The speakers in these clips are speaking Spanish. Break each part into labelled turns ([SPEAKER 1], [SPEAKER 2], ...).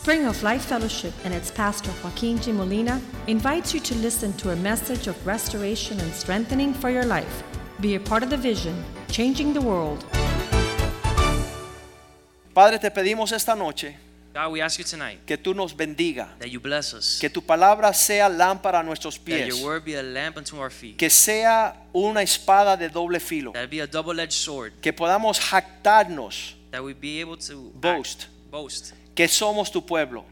[SPEAKER 1] Spring of Life Fellowship and its pastor Joaquin G. Molina invites you to listen to a message of restoration and strengthening for your life. Be a part of the vision, changing the world.
[SPEAKER 2] Padre, te pedimos esta noche
[SPEAKER 3] God, we ask you tonight
[SPEAKER 2] que tú nos bendiga,
[SPEAKER 3] that you bless us,
[SPEAKER 2] que tu palabra sea lámpara a nuestros
[SPEAKER 3] that
[SPEAKER 2] pies,
[SPEAKER 3] your word be a lamp unto our feet,
[SPEAKER 2] que sea una espada de doble filo,
[SPEAKER 3] that it be a double-edged sword,
[SPEAKER 2] que podamos jactarnos,
[SPEAKER 3] that we be able to act-
[SPEAKER 2] Boast.
[SPEAKER 3] boast.
[SPEAKER 2] que somos tu pueblo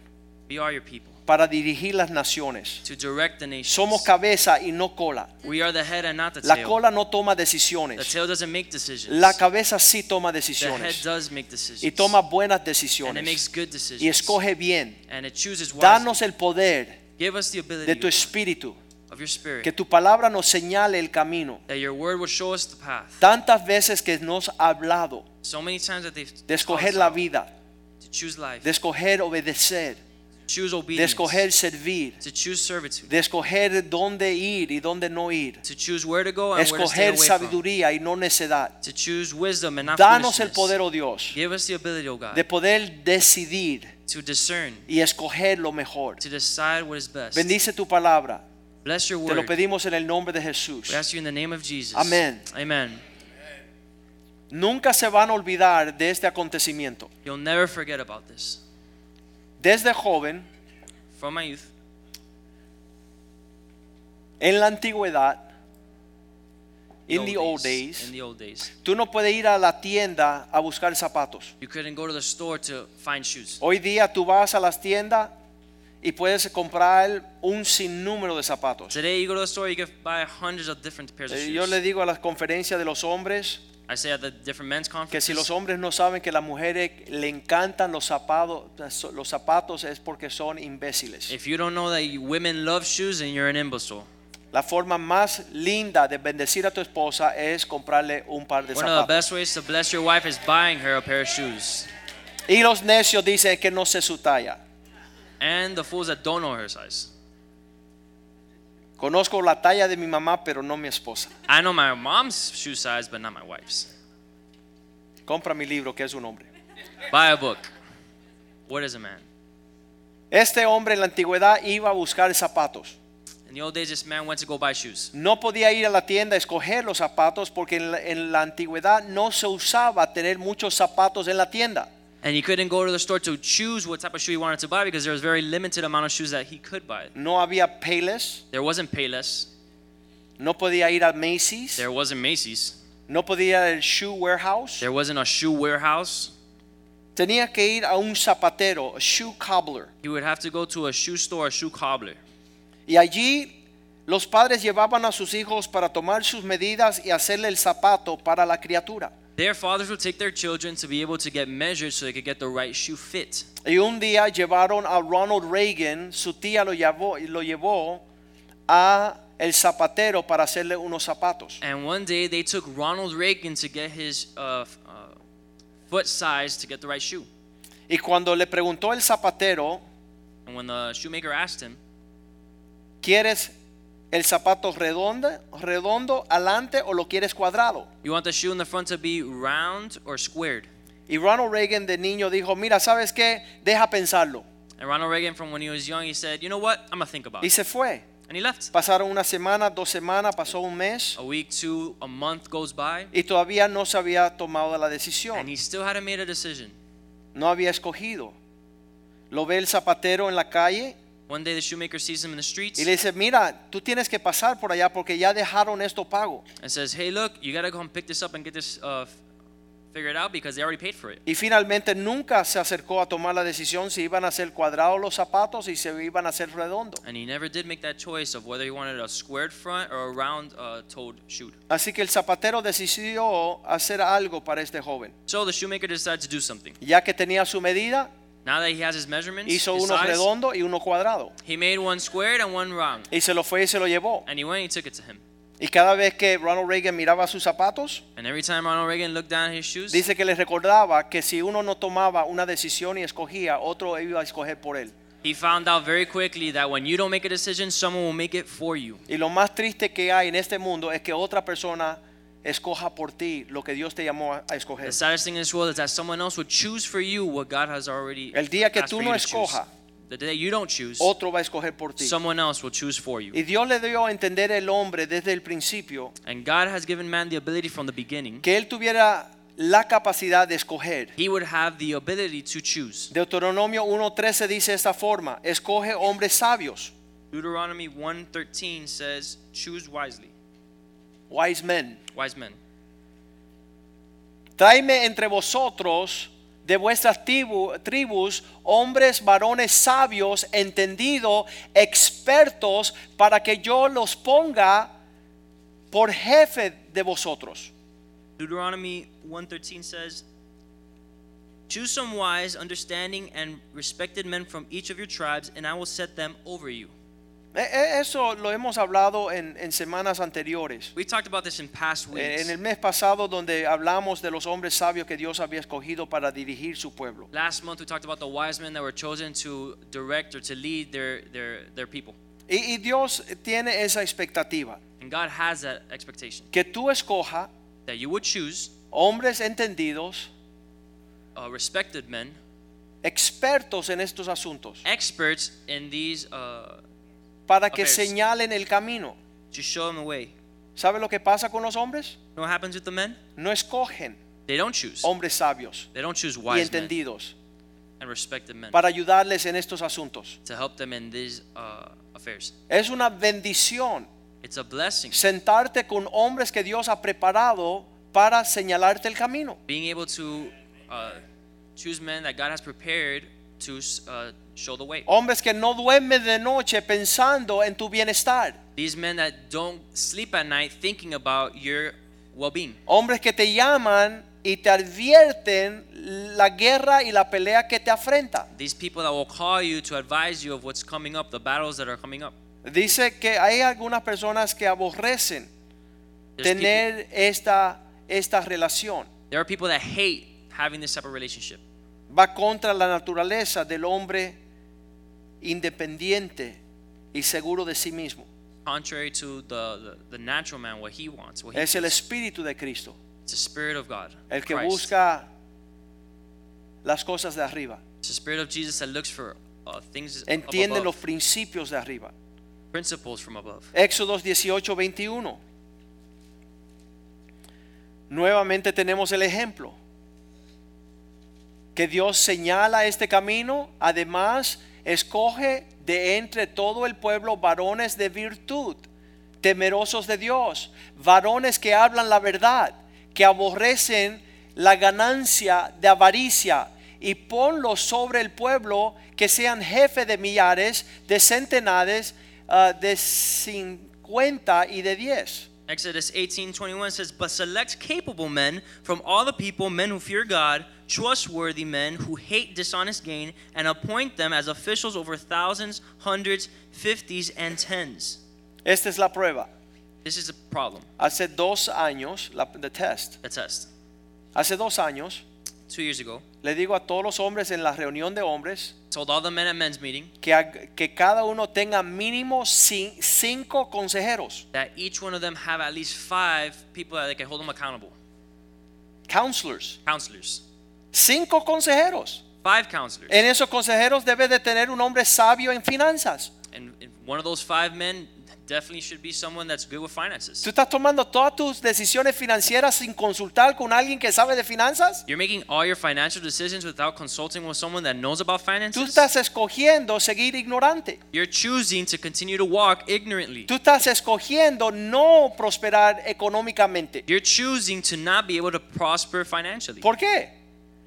[SPEAKER 3] We are your people
[SPEAKER 2] para dirigir las naciones.
[SPEAKER 3] to direct the nations.
[SPEAKER 2] Somos cabeza y no cola.
[SPEAKER 3] we are the head and not the
[SPEAKER 2] La
[SPEAKER 3] tail.
[SPEAKER 2] cola no toma
[SPEAKER 3] The
[SPEAKER 2] decisiones,
[SPEAKER 3] tail doesn't make decisions.
[SPEAKER 2] la cabeza sí toma
[SPEAKER 3] the head
[SPEAKER 2] decisiones
[SPEAKER 3] does make decisions.
[SPEAKER 2] y toma buenas
[SPEAKER 3] and it makes
[SPEAKER 2] decisiones
[SPEAKER 3] good decisions.
[SPEAKER 2] y escoge bien.
[SPEAKER 3] and it chooses wisely.
[SPEAKER 2] Danos el poder
[SPEAKER 3] Give us the ability
[SPEAKER 2] de tu espíritu,
[SPEAKER 3] of your spirit
[SPEAKER 2] que tu palabra nos señale el camino.
[SPEAKER 3] that your word will show us the path.
[SPEAKER 2] Tantas veces que nos ha hablado
[SPEAKER 3] So many times that they've
[SPEAKER 2] de
[SPEAKER 3] taught
[SPEAKER 2] escoger
[SPEAKER 3] us
[SPEAKER 2] la
[SPEAKER 3] how
[SPEAKER 2] vida,
[SPEAKER 3] to choose life,
[SPEAKER 2] de escoger obedecer,
[SPEAKER 3] to choose
[SPEAKER 2] de
[SPEAKER 3] obedience,
[SPEAKER 2] escoger servir,
[SPEAKER 3] to choose servitude,
[SPEAKER 2] de escoger dónde ir y dónde no ir,
[SPEAKER 3] to choose where to go and where to stay
[SPEAKER 2] escoger
[SPEAKER 3] away from.
[SPEAKER 2] sabiduría y no necedad.
[SPEAKER 3] to choose wisdom and not
[SPEAKER 2] Danos el
[SPEAKER 3] foolishness.
[SPEAKER 2] poder, oh Dios,
[SPEAKER 3] Give us the ability, O God,
[SPEAKER 2] de poder decidir
[SPEAKER 3] to discern,
[SPEAKER 2] y escoger lo mejor.
[SPEAKER 3] to decide what is best.
[SPEAKER 2] Bendice tu palabra.
[SPEAKER 3] Bless your
[SPEAKER 2] Te lo
[SPEAKER 3] word.
[SPEAKER 2] pedimos en el nombre de Jesús.
[SPEAKER 3] We ask you in the name of Jesus.
[SPEAKER 2] Amén.
[SPEAKER 3] Amen.
[SPEAKER 2] Nunca se van a olvidar de este acontecimiento.
[SPEAKER 3] You'll never forget about this.
[SPEAKER 2] Desde joven,
[SPEAKER 3] From my youth,
[SPEAKER 2] en la antigüedad, in the old
[SPEAKER 3] in
[SPEAKER 2] days,
[SPEAKER 3] the old days,
[SPEAKER 2] tú no puedes ir a la tienda a buscar zapatos.
[SPEAKER 3] you couldn't go to the store to find shoes.
[SPEAKER 2] Hoy día tú vas a las tiendas y puedes comprar un sinnúmero de zapatos.
[SPEAKER 3] Today, you go to the store, you can buy hundreds of different pairs of
[SPEAKER 2] Eh,
[SPEAKER 3] shoes.
[SPEAKER 2] Yo le digo a las conferencias de los hombres
[SPEAKER 3] I say at the different men's
[SPEAKER 2] que si
[SPEAKER 3] conferences
[SPEAKER 2] los hombres no saben que las mujeres le encantan los zapatos, los zapatos es porque son imbéciles.
[SPEAKER 3] if you don't know that you, women love shoes, then you're an imbecile.
[SPEAKER 2] La forma más linda de bendecir a tu esposa es comprarle un par de
[SPEAKER 3] One of the
[SPEAKER 2] zapatos.
[SPEAKER 3] best ways to bless your wife is buying her a pair of shoes.
[SPEAKER 2] Y los necios dicen que no sé su talla.
[SPEAKER 3] And the fools that don't know her size.
[SPEAKER 2] Conozco la talla de mi mamá, pero no mi esposa.
[SPEAKER 3] I know my mom's shoe size, but not my wife's.
[SPEAKER 2] Compra mi libro, que es un hombre.
[SPEAKER 3] Buy a book. What is a man?
[SPEAKER 2] Este hombre en la antigüedad iba a buscar zapatos.
[SPEAKER 3] In the old days, this man went to go buy shoes.
[SPEAKER 2] No podía ir a la tienda a escoger los zapatos porque en la, en la antigüedad no se usaba tener muchos zapatos en la tienda.
[SPEAKER 3] And he couldn't go to the store to choose what type of shoe he wanted to buy because there was very limited amount of shoes that he could buy.
[SPEAKER 2] No había Payless,
[SPEAKER 3] There wasn't Payless.
[SPEAKER 2] no podía ir a Macy's,
[SPEAKER 3] There wasn't Macy's.
[SPEAKER 2] no podía ir al Shoe Warehouse.
[SPEAKER 3] There wasn't a shoe warehouse.
[SPEAKER 2] Tenía que ir a un zapatero, a shoe cobbler.
[SPEAKER 3] He would have to go to a shoe store, a shoe cobbler.
[SPEAKER 2] Y allí los padres llevaban a sus hijos para tomar sus medidas y hacerle el zapato para la criatura.
[SPEAKER 3] Their fathers would take their children to be able to get measured so they could get the right shoe fit.
[SPEAKER 2] Y un día llevaron a Ronald Reagan, su tía lo llevó, lo llevó a el zapatero para hacerle unos zapatos.
[SPEAKER 3] And one day they took Ronald Reagan to get his uh, f- uh, foot size to get the right shoe.
[SPEAKER 2] Y cuando le preguntó el zapatero,
[SPEAKER 3] And when the shoemaker asked him,
[SPEAKER 2] ¿quieres el zapato redondo, redondo adelante o lo quieres cuadrado?
[SPEAKER 3] You want the shoe in the front to be round or squared?
[SPEAKER 2] Y Ronald Reagan de niño dijo, mira, ¿sabes qué? Deja pensarlo.
[SPEAKER 3] And Ronald Reagan, from when he was young, he said, You know what? I'm going to think about
[SPEAKER 2] Y
[SPEAKER 3] it.
[SPEAKER 2] se fue.
[SPEAKER 3] And he left.
[SPEAKER 2] Pasaron una semana, dos semanas, pasó un mes
[SPEAKER 3] A week, two, a month goes by,
[SPEAKER 2] y todavía no se había tomado la
[SPEAKER 3] and
[SPEAKER 2] decisión.
[SPEAKER 3] he still hadn't made a decision.
[SPEAKER 2] No había escogido. Lo ve el zapatero en la calle
[SPEAKER 3] One day the shoemaker sees him in the streets
[SPEAKER 2] Y le dice, mira, tú tienes que pasar por allá porque ya dejaron esto pago.
[SPEAKER 3] and says, Hey, look, you got to go and pick this up and get this uh, f- figured out because they already paid for it.
[SPEAKER 2] Y finalmente nunca se acercó a tomar la decisión si iban a ser cuadrados los zapatos y si iban a ser redondos.
[SPEAKER 3] And he never did make that choice of whether he wanted a squared front or a round uh, toed shoe.
[SPEAKER 2] Así que el zapatero decidió hacer algo para este joven.
[SPEAKER 3] So the shoemaker decides to do something.
[SPEAKER 2] Ya que tenía su medida,
[SPEAKER 3] Now that he has his measurements,
[SPEAKER 2] hizo
[SPEAKER 3] his
[SPEAKER 2] uno
[SPEAKER 3] size,
[SPEAKER 2] redondo y uno cuadrado.
[SPEAKER 3] he made one squared and one round.
[SPEAKER 2] Y se lo fue y se lo llevó.
[SPEAKER 3] And he went and he took it to him.
[SPEAKER 2] Y cada vez que Ronald Reagan miraba sus zapatos,
[SPEAKER 3] And every time Ronald Reagan looked down at his shoes,
[SPEAKER 2] dice que les recordaba que si uno no tomaba una decisión y escogía, otro iba a escoger por él.
[SPEAKER 3] he found out very quickly that when you don't make a decision, someone will make it for you.
[SPEAKER 2] Y lo más triste que hay en este mundo es que otra persona escoja por ti lo que Dios te llamó a, a escoger.
[SPEAKER 3] The saddest thing in this world is that someone else would choose for you what God has already
[SPEAKER 2] El día que
[SPEAKER 3] asked
[SPEAKER 2] tú
[SPEAKER 3] for
[SPEAKER 2] no
[SPEAKER 3] you to choose.
[SPEAKER 2] escoja,
[SPEAKER 3] the day you don't choose,
[SPEAKER 2] Otro va a escoger por ti.
[SPEAKER 3] someone else will choose for you.
[SPEAKER 2] Y Dios le dio a entender el hombre desde el principio
[SPEAKER 3] and God has given man the ability from the beginning.
[SPEAKER 2] que él tuviera la capacidad de escoger.
[SPEAKER 3] He would have the ability to choose.
[SPEAKER 2] Deuteronomio 1:13 dice de esta forma, escoge hombres sabios,
[SPEAKER 3] Deuteronomy 1:13 says, "Choose wisely,
[SPEAKER 2] wise men.
[SPEAKER 3] wise men.
[SPEAKER 2] Tráeme entre vosotros de vuestras tribu- tribus hombres varones sabios, entendidos, expertos, para que yo los ponga por jefe de vosotros.
[SPEAKER 3] Deuteronomy 1:13 says, "Choose some wise, understanding and respected men from each of your tribes, and I will set them over you."
[SPEAKER 2] E- e- Eso lo hemos hablado en- en semanas anteriores.
[SPEAKER 3] We talked about this in past
[SPEAKER 2] Eh,
[SPEAKER 3] weeks.
[SPEAKER 2] En el mes pasado donde hablamos de los hombres sabios que Dios había escogido para dirigir su pueblo.
[SPEAKER 3] Last month we talked about the wise men that were chosen to direct or to lead their their their people.
[SPEAKER 2] Y, y Dios tiene esa expectativa,
[SPEAKER 3] And God has that expectation
[SPEAKER 2] que tú escoja
[SPEAKER 3] that you would choose
[SPEAKER 2] hombres entendidos,
[SPEAKER 3] uh, respected men,
[SPEAKER 2] expertos en estos asuntos,
[SPEAKER 3] experts in these, uh,
[SPEAKER 2] para que
[SPEAKER 3] Affairs.
[SPEAKER 2] señalen el camino.
[SPEAKER 3] to show them the way.
[SPEAKER 2] ¿Sabe lo que pasa con los hombres?
[SPEAKER 3] You know what happens with the men?
[SPEAKER 2] No escogen
[SPEAKER 3] They don't choose.
[SPEAKER 2] hombres sabios
[SPEAKER 3] They don't choose
[SPEAKER 2] y
[SPEAKER 3] wise men
[SPEAKER 2] entendidos
[SPEAKER 3] and respected men
[SPEAKER 2] para ayudarles en estos asuntos.
[SPEAKER 3] to help them in these uh, affairs.
[SPEAKER 2] Es una bendición
[SPEAKER 3] It's a blessing
[SPEAKER 2] sentarte con hombres que Dios ha preparado para señalarte el camino.
[SPEAKER 3] being able to uh, choose men that God has prepared to uh, show the way.
[SPEAKER 2] Hombres que no duermen de noche pensando en tu bienestar.
[SPEAKER 3] These men that don't sleep at night thinking about your well-being.
[SPEAKER 2] Hombres que te llaman y te advierten la guerra y la pelea que te afrenta.
[SPEAKER 3] These people that will call you to advise you of what's coming up, the battles that are coming up.
[SPEAKER 2] Dice que hay algunas personas que aborrecen
[SPEAKER 3] There's people-
[SPEAKER 2] tener esta, esta relación.
[SPEAKER 3] there are people that hate having this type of relationship.
[SPEAKER 2] Va contra la naturaleza del hombre independiente y seguro de sí mismo.
[SPEAKER 3] contrary to the, the, the natural man, what he wants. What he
[SPEAKER 2] Es el
[SPEAKER 3] wants.
[SPEAKER 2] espíritu de Cristo,
[SPEAKER 3] It's the Spirit of God.
[SPEAKER 2] el que
[SPEAKER 3] Christ.
[SPEAKER 2] busca las cosas de arriba,
[SPEAKER 3] It's the Spirit of Jesus that looks for uh, things up
[SPEAKER 2] entiende
[SPEAKER 3] above,
[SPEAKER 2] los principios de arriba.
[SPEAKER 3] principles from above.
[SPEAKER 2] Éxodos 18, 21. Nuevamente tenemos el ejemplo. Que Dios señala este camino, además escoge de entre todo el pueblo varones de virtud, temerosos de Dios, varones que hablan la verdad, que aborrecen la ganancia de avaricia, y ponlos sobre el pueblo que sean jefe de millares, de centenares, ah, de cincuenta y de diez.
[SPEAKER 3] Exodus 18:21 says, But select capable men from all the people, men who fear God, trustworthy men who hate dishonest gain, and appoint them as officials over thousands, hundreds, fifties, and tens.
[SPEAKER 2] Esta es la prueba.
[SPEAKER 3] This is a problem,
[SPEAKER 2] Hace dos años, la the test,
[SPEAKER 3] a test.
[SPEAKER 2] hace dos años,
[SPEAKER 3] Two years ago,
[SPEAKER 2] le digo a todos los hombres en la reunión de hombres
[SPEAKER 3] told all the men at men's meeting
[SPEAKER 2] que, ag- que cada uno tenga mínimo cin- cinco consejeros,
[SPEAKER 3] that each one of them have at least five people that they can hold them accountable
[SPEAKER 2] counselors,
[SPEAKER 3] counselors
[SPEAKER 2] cinco consejeros.
[SPEAKER 3] five counselors
[SPEAKER 2] En esos consejeros debe de tener un hombre sabio en finanzas.
[SPEAKER 3] and if one of those five men definitely should be someone that's good with finances
[SPEAKER 2] ¿Tú estás tomando todas tus decisiones financieras sin consultar con alguien que sabe de finanzas?
[SPEAKER 3] you're making all your financial decisions without consulting with someone that knows about
[SPEAKER 2] Tú
[SPEAKER 3] finances
[SPEAKER 2] estás escogiendo seguir ignorante.
[SPEAKER 3] you're choosing to continue to walk ignorantly
[SPEAKER 2] Tú estás escogiendo no prosperar económicamente.
[SPEAKER 3] you're choosing to not be able to prosper financially
[SPEAKER 2] ¿Por qué?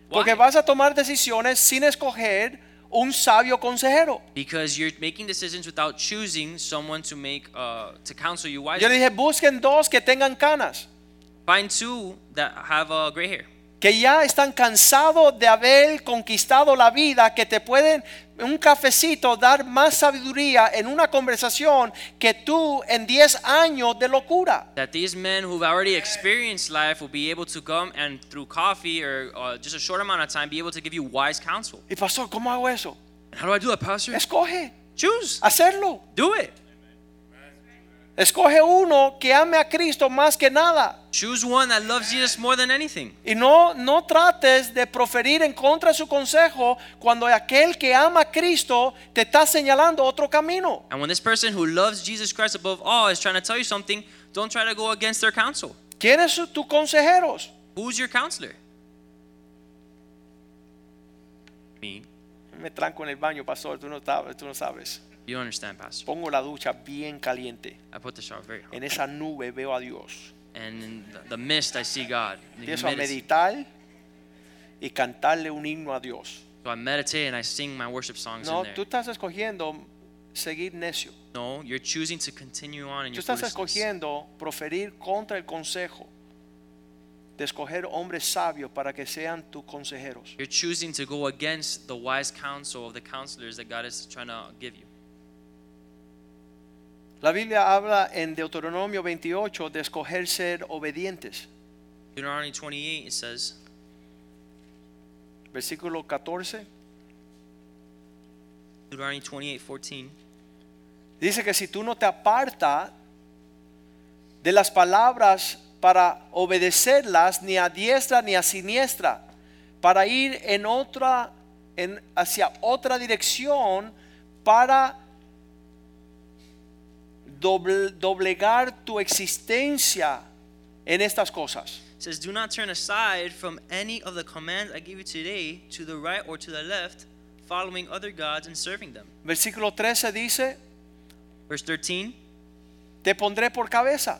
[SPEAKER 2] Porque
[SPEAKER 3] Why?
[SPEAKER 2] vas a tomar decisiones sin escoger un sabio consejero.
[SPEAKER 3] because you're making decisions without choosing someone to make uh, to counsel
[SPEAKER 2] Yo
[SPEAKER 3] you
[SPEAKER 2] le
[SPEAKER 3] wisely
[SPEAKER 2] dije, busquen dos que tengan canas,
[SPEAKER 3] find two that have uh, gray hair
[SPEAKER 2] que ya están cansados de haber conquistado la vida, que te pueden un cafecito dar más sabiduría en una conversación que tú en 10 años de locura.
[SPEAKER 3] that these men who've already experienced life will be able to come and through coffee or uh, just a short amount of time be able to give you wise counsel.
[SPEAKER 2] Y pastor, ¿cómo hago eso?
[SPEAKER 3] How do I do that, Pastor?
[SPEAKER 2] Escoge,
[SPEAKER 3] Choose.
[SPEAKER 2] hacerlo.
[SPEAKER 3] Do it.
[SPEAKER 2] Escoge uno que ame a Cristo más que nada.
[SPEAKER 3] Choose one that loves Jesus more than anything.
[SPEAKER 2] Y no, no trates de proferir en contra de su consejo cuando aquel que ama a Cristo te está señalando otro camino.
[SPEAKER 3] And when this person who loves Jesus Christ above all is trying to tell you something, don't try to go against their counsel.
[SPEAKER 2] ¿Quiénes son tus consejeros?
[SPEAKER 3] Who's your counselor? Me.
[SPEAKER 2] Me tranco en el baño, pastor, tú no, sabes- tú no sabes.
[SPEAKER 3] You don't understand, Pastor.
[SPEAKER 2] Pongo la ducha bien caliente.
[SPEAKER 3] I put the shower very hot.
[SPEAKER 2] En esa nube veo a Dios.
[SPEAKER 3] And in the, the mist, I see God. The
[SPEAKER 2] Empiezo a
[SPEAKER 3] humidity.
[SPEAKER 2] meditar y cantarle un himno a Dios.
[SPEAKER 3] so I meditate and I sing my worship songs
[SPEAKER 2] No,
[SPEAKER 3] in
[SPEAKER 2] tú
[SPEAKER 3] there.
[SPEAKER 2] estás escogiendo seguir necio.
[SPEAKER 3] No, you're choosing to continue on in
[SPEAKER 2] Tú
[SPEAKER 3] your
[SPEAKER 2] estás
[SPEAKER 3] foolishness.
[SPEAKER 2] escogiendo proferir contra el consejo de escoger hombres sabios para que sean tus consejeros.
[SPEAKER 3] You're choosing to go against the wise counsel of the counselors that God is trying to give you.
[SPEAKER 2] La Biblia habla en Deuteronomio 28 de escoger ser obedientes.
[SPEAKER 3] Deuteronomy 28, it says,
[SPEAKER 2] Versículo 14
[SPEAKER 3] Deuteronomy 28, 14.
[SPEAKER 2] dice que si tú no te apartas de las palabras para obedecerlas ni a diestra ni a siniestra, para ir en otra en hacia otra dirección para doble- doblegar tu existencia en estas cosas.
[SPEAKER 3] It says, Do not turn aside from any of the commands I give you today to the right or to the left, following other gods and serving them.
[SPEAKER 2] Versículo 13 dice,
[SPEAKER 3] Verse 13
[SPEAKER 2] te pondré por cabeza,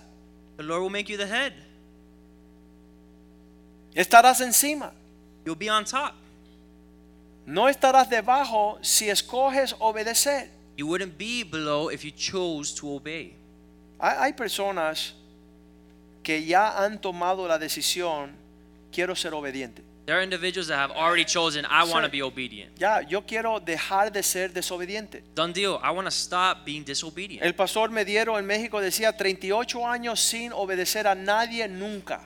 [SPEAKER 3] The Lord will make you the head,
[SPEAKER 2] estarás encima,
[SPEAKER 3] you'll be on top.
[SPEAKER 2] no estarás debajo si escoges obedecer.
[SPEAKER 3] You wouldn't be below if you chose to obey.
[SPEAKER 2] Hay, hay personas que ya han tomado la decisión, quiero ser obediente.
[SPEAKER 3] There are individuals that have already chosen, I want to be obedient.
[SPEAKER 2] Ya, yo quiero dejar de ser desobediente.
[SPEAKER 3] Done deal. I want to stop being disobedient.
[SPEAKER 2] El pastor Mediero en México decía 38 años sin obedecer a nadie nunca.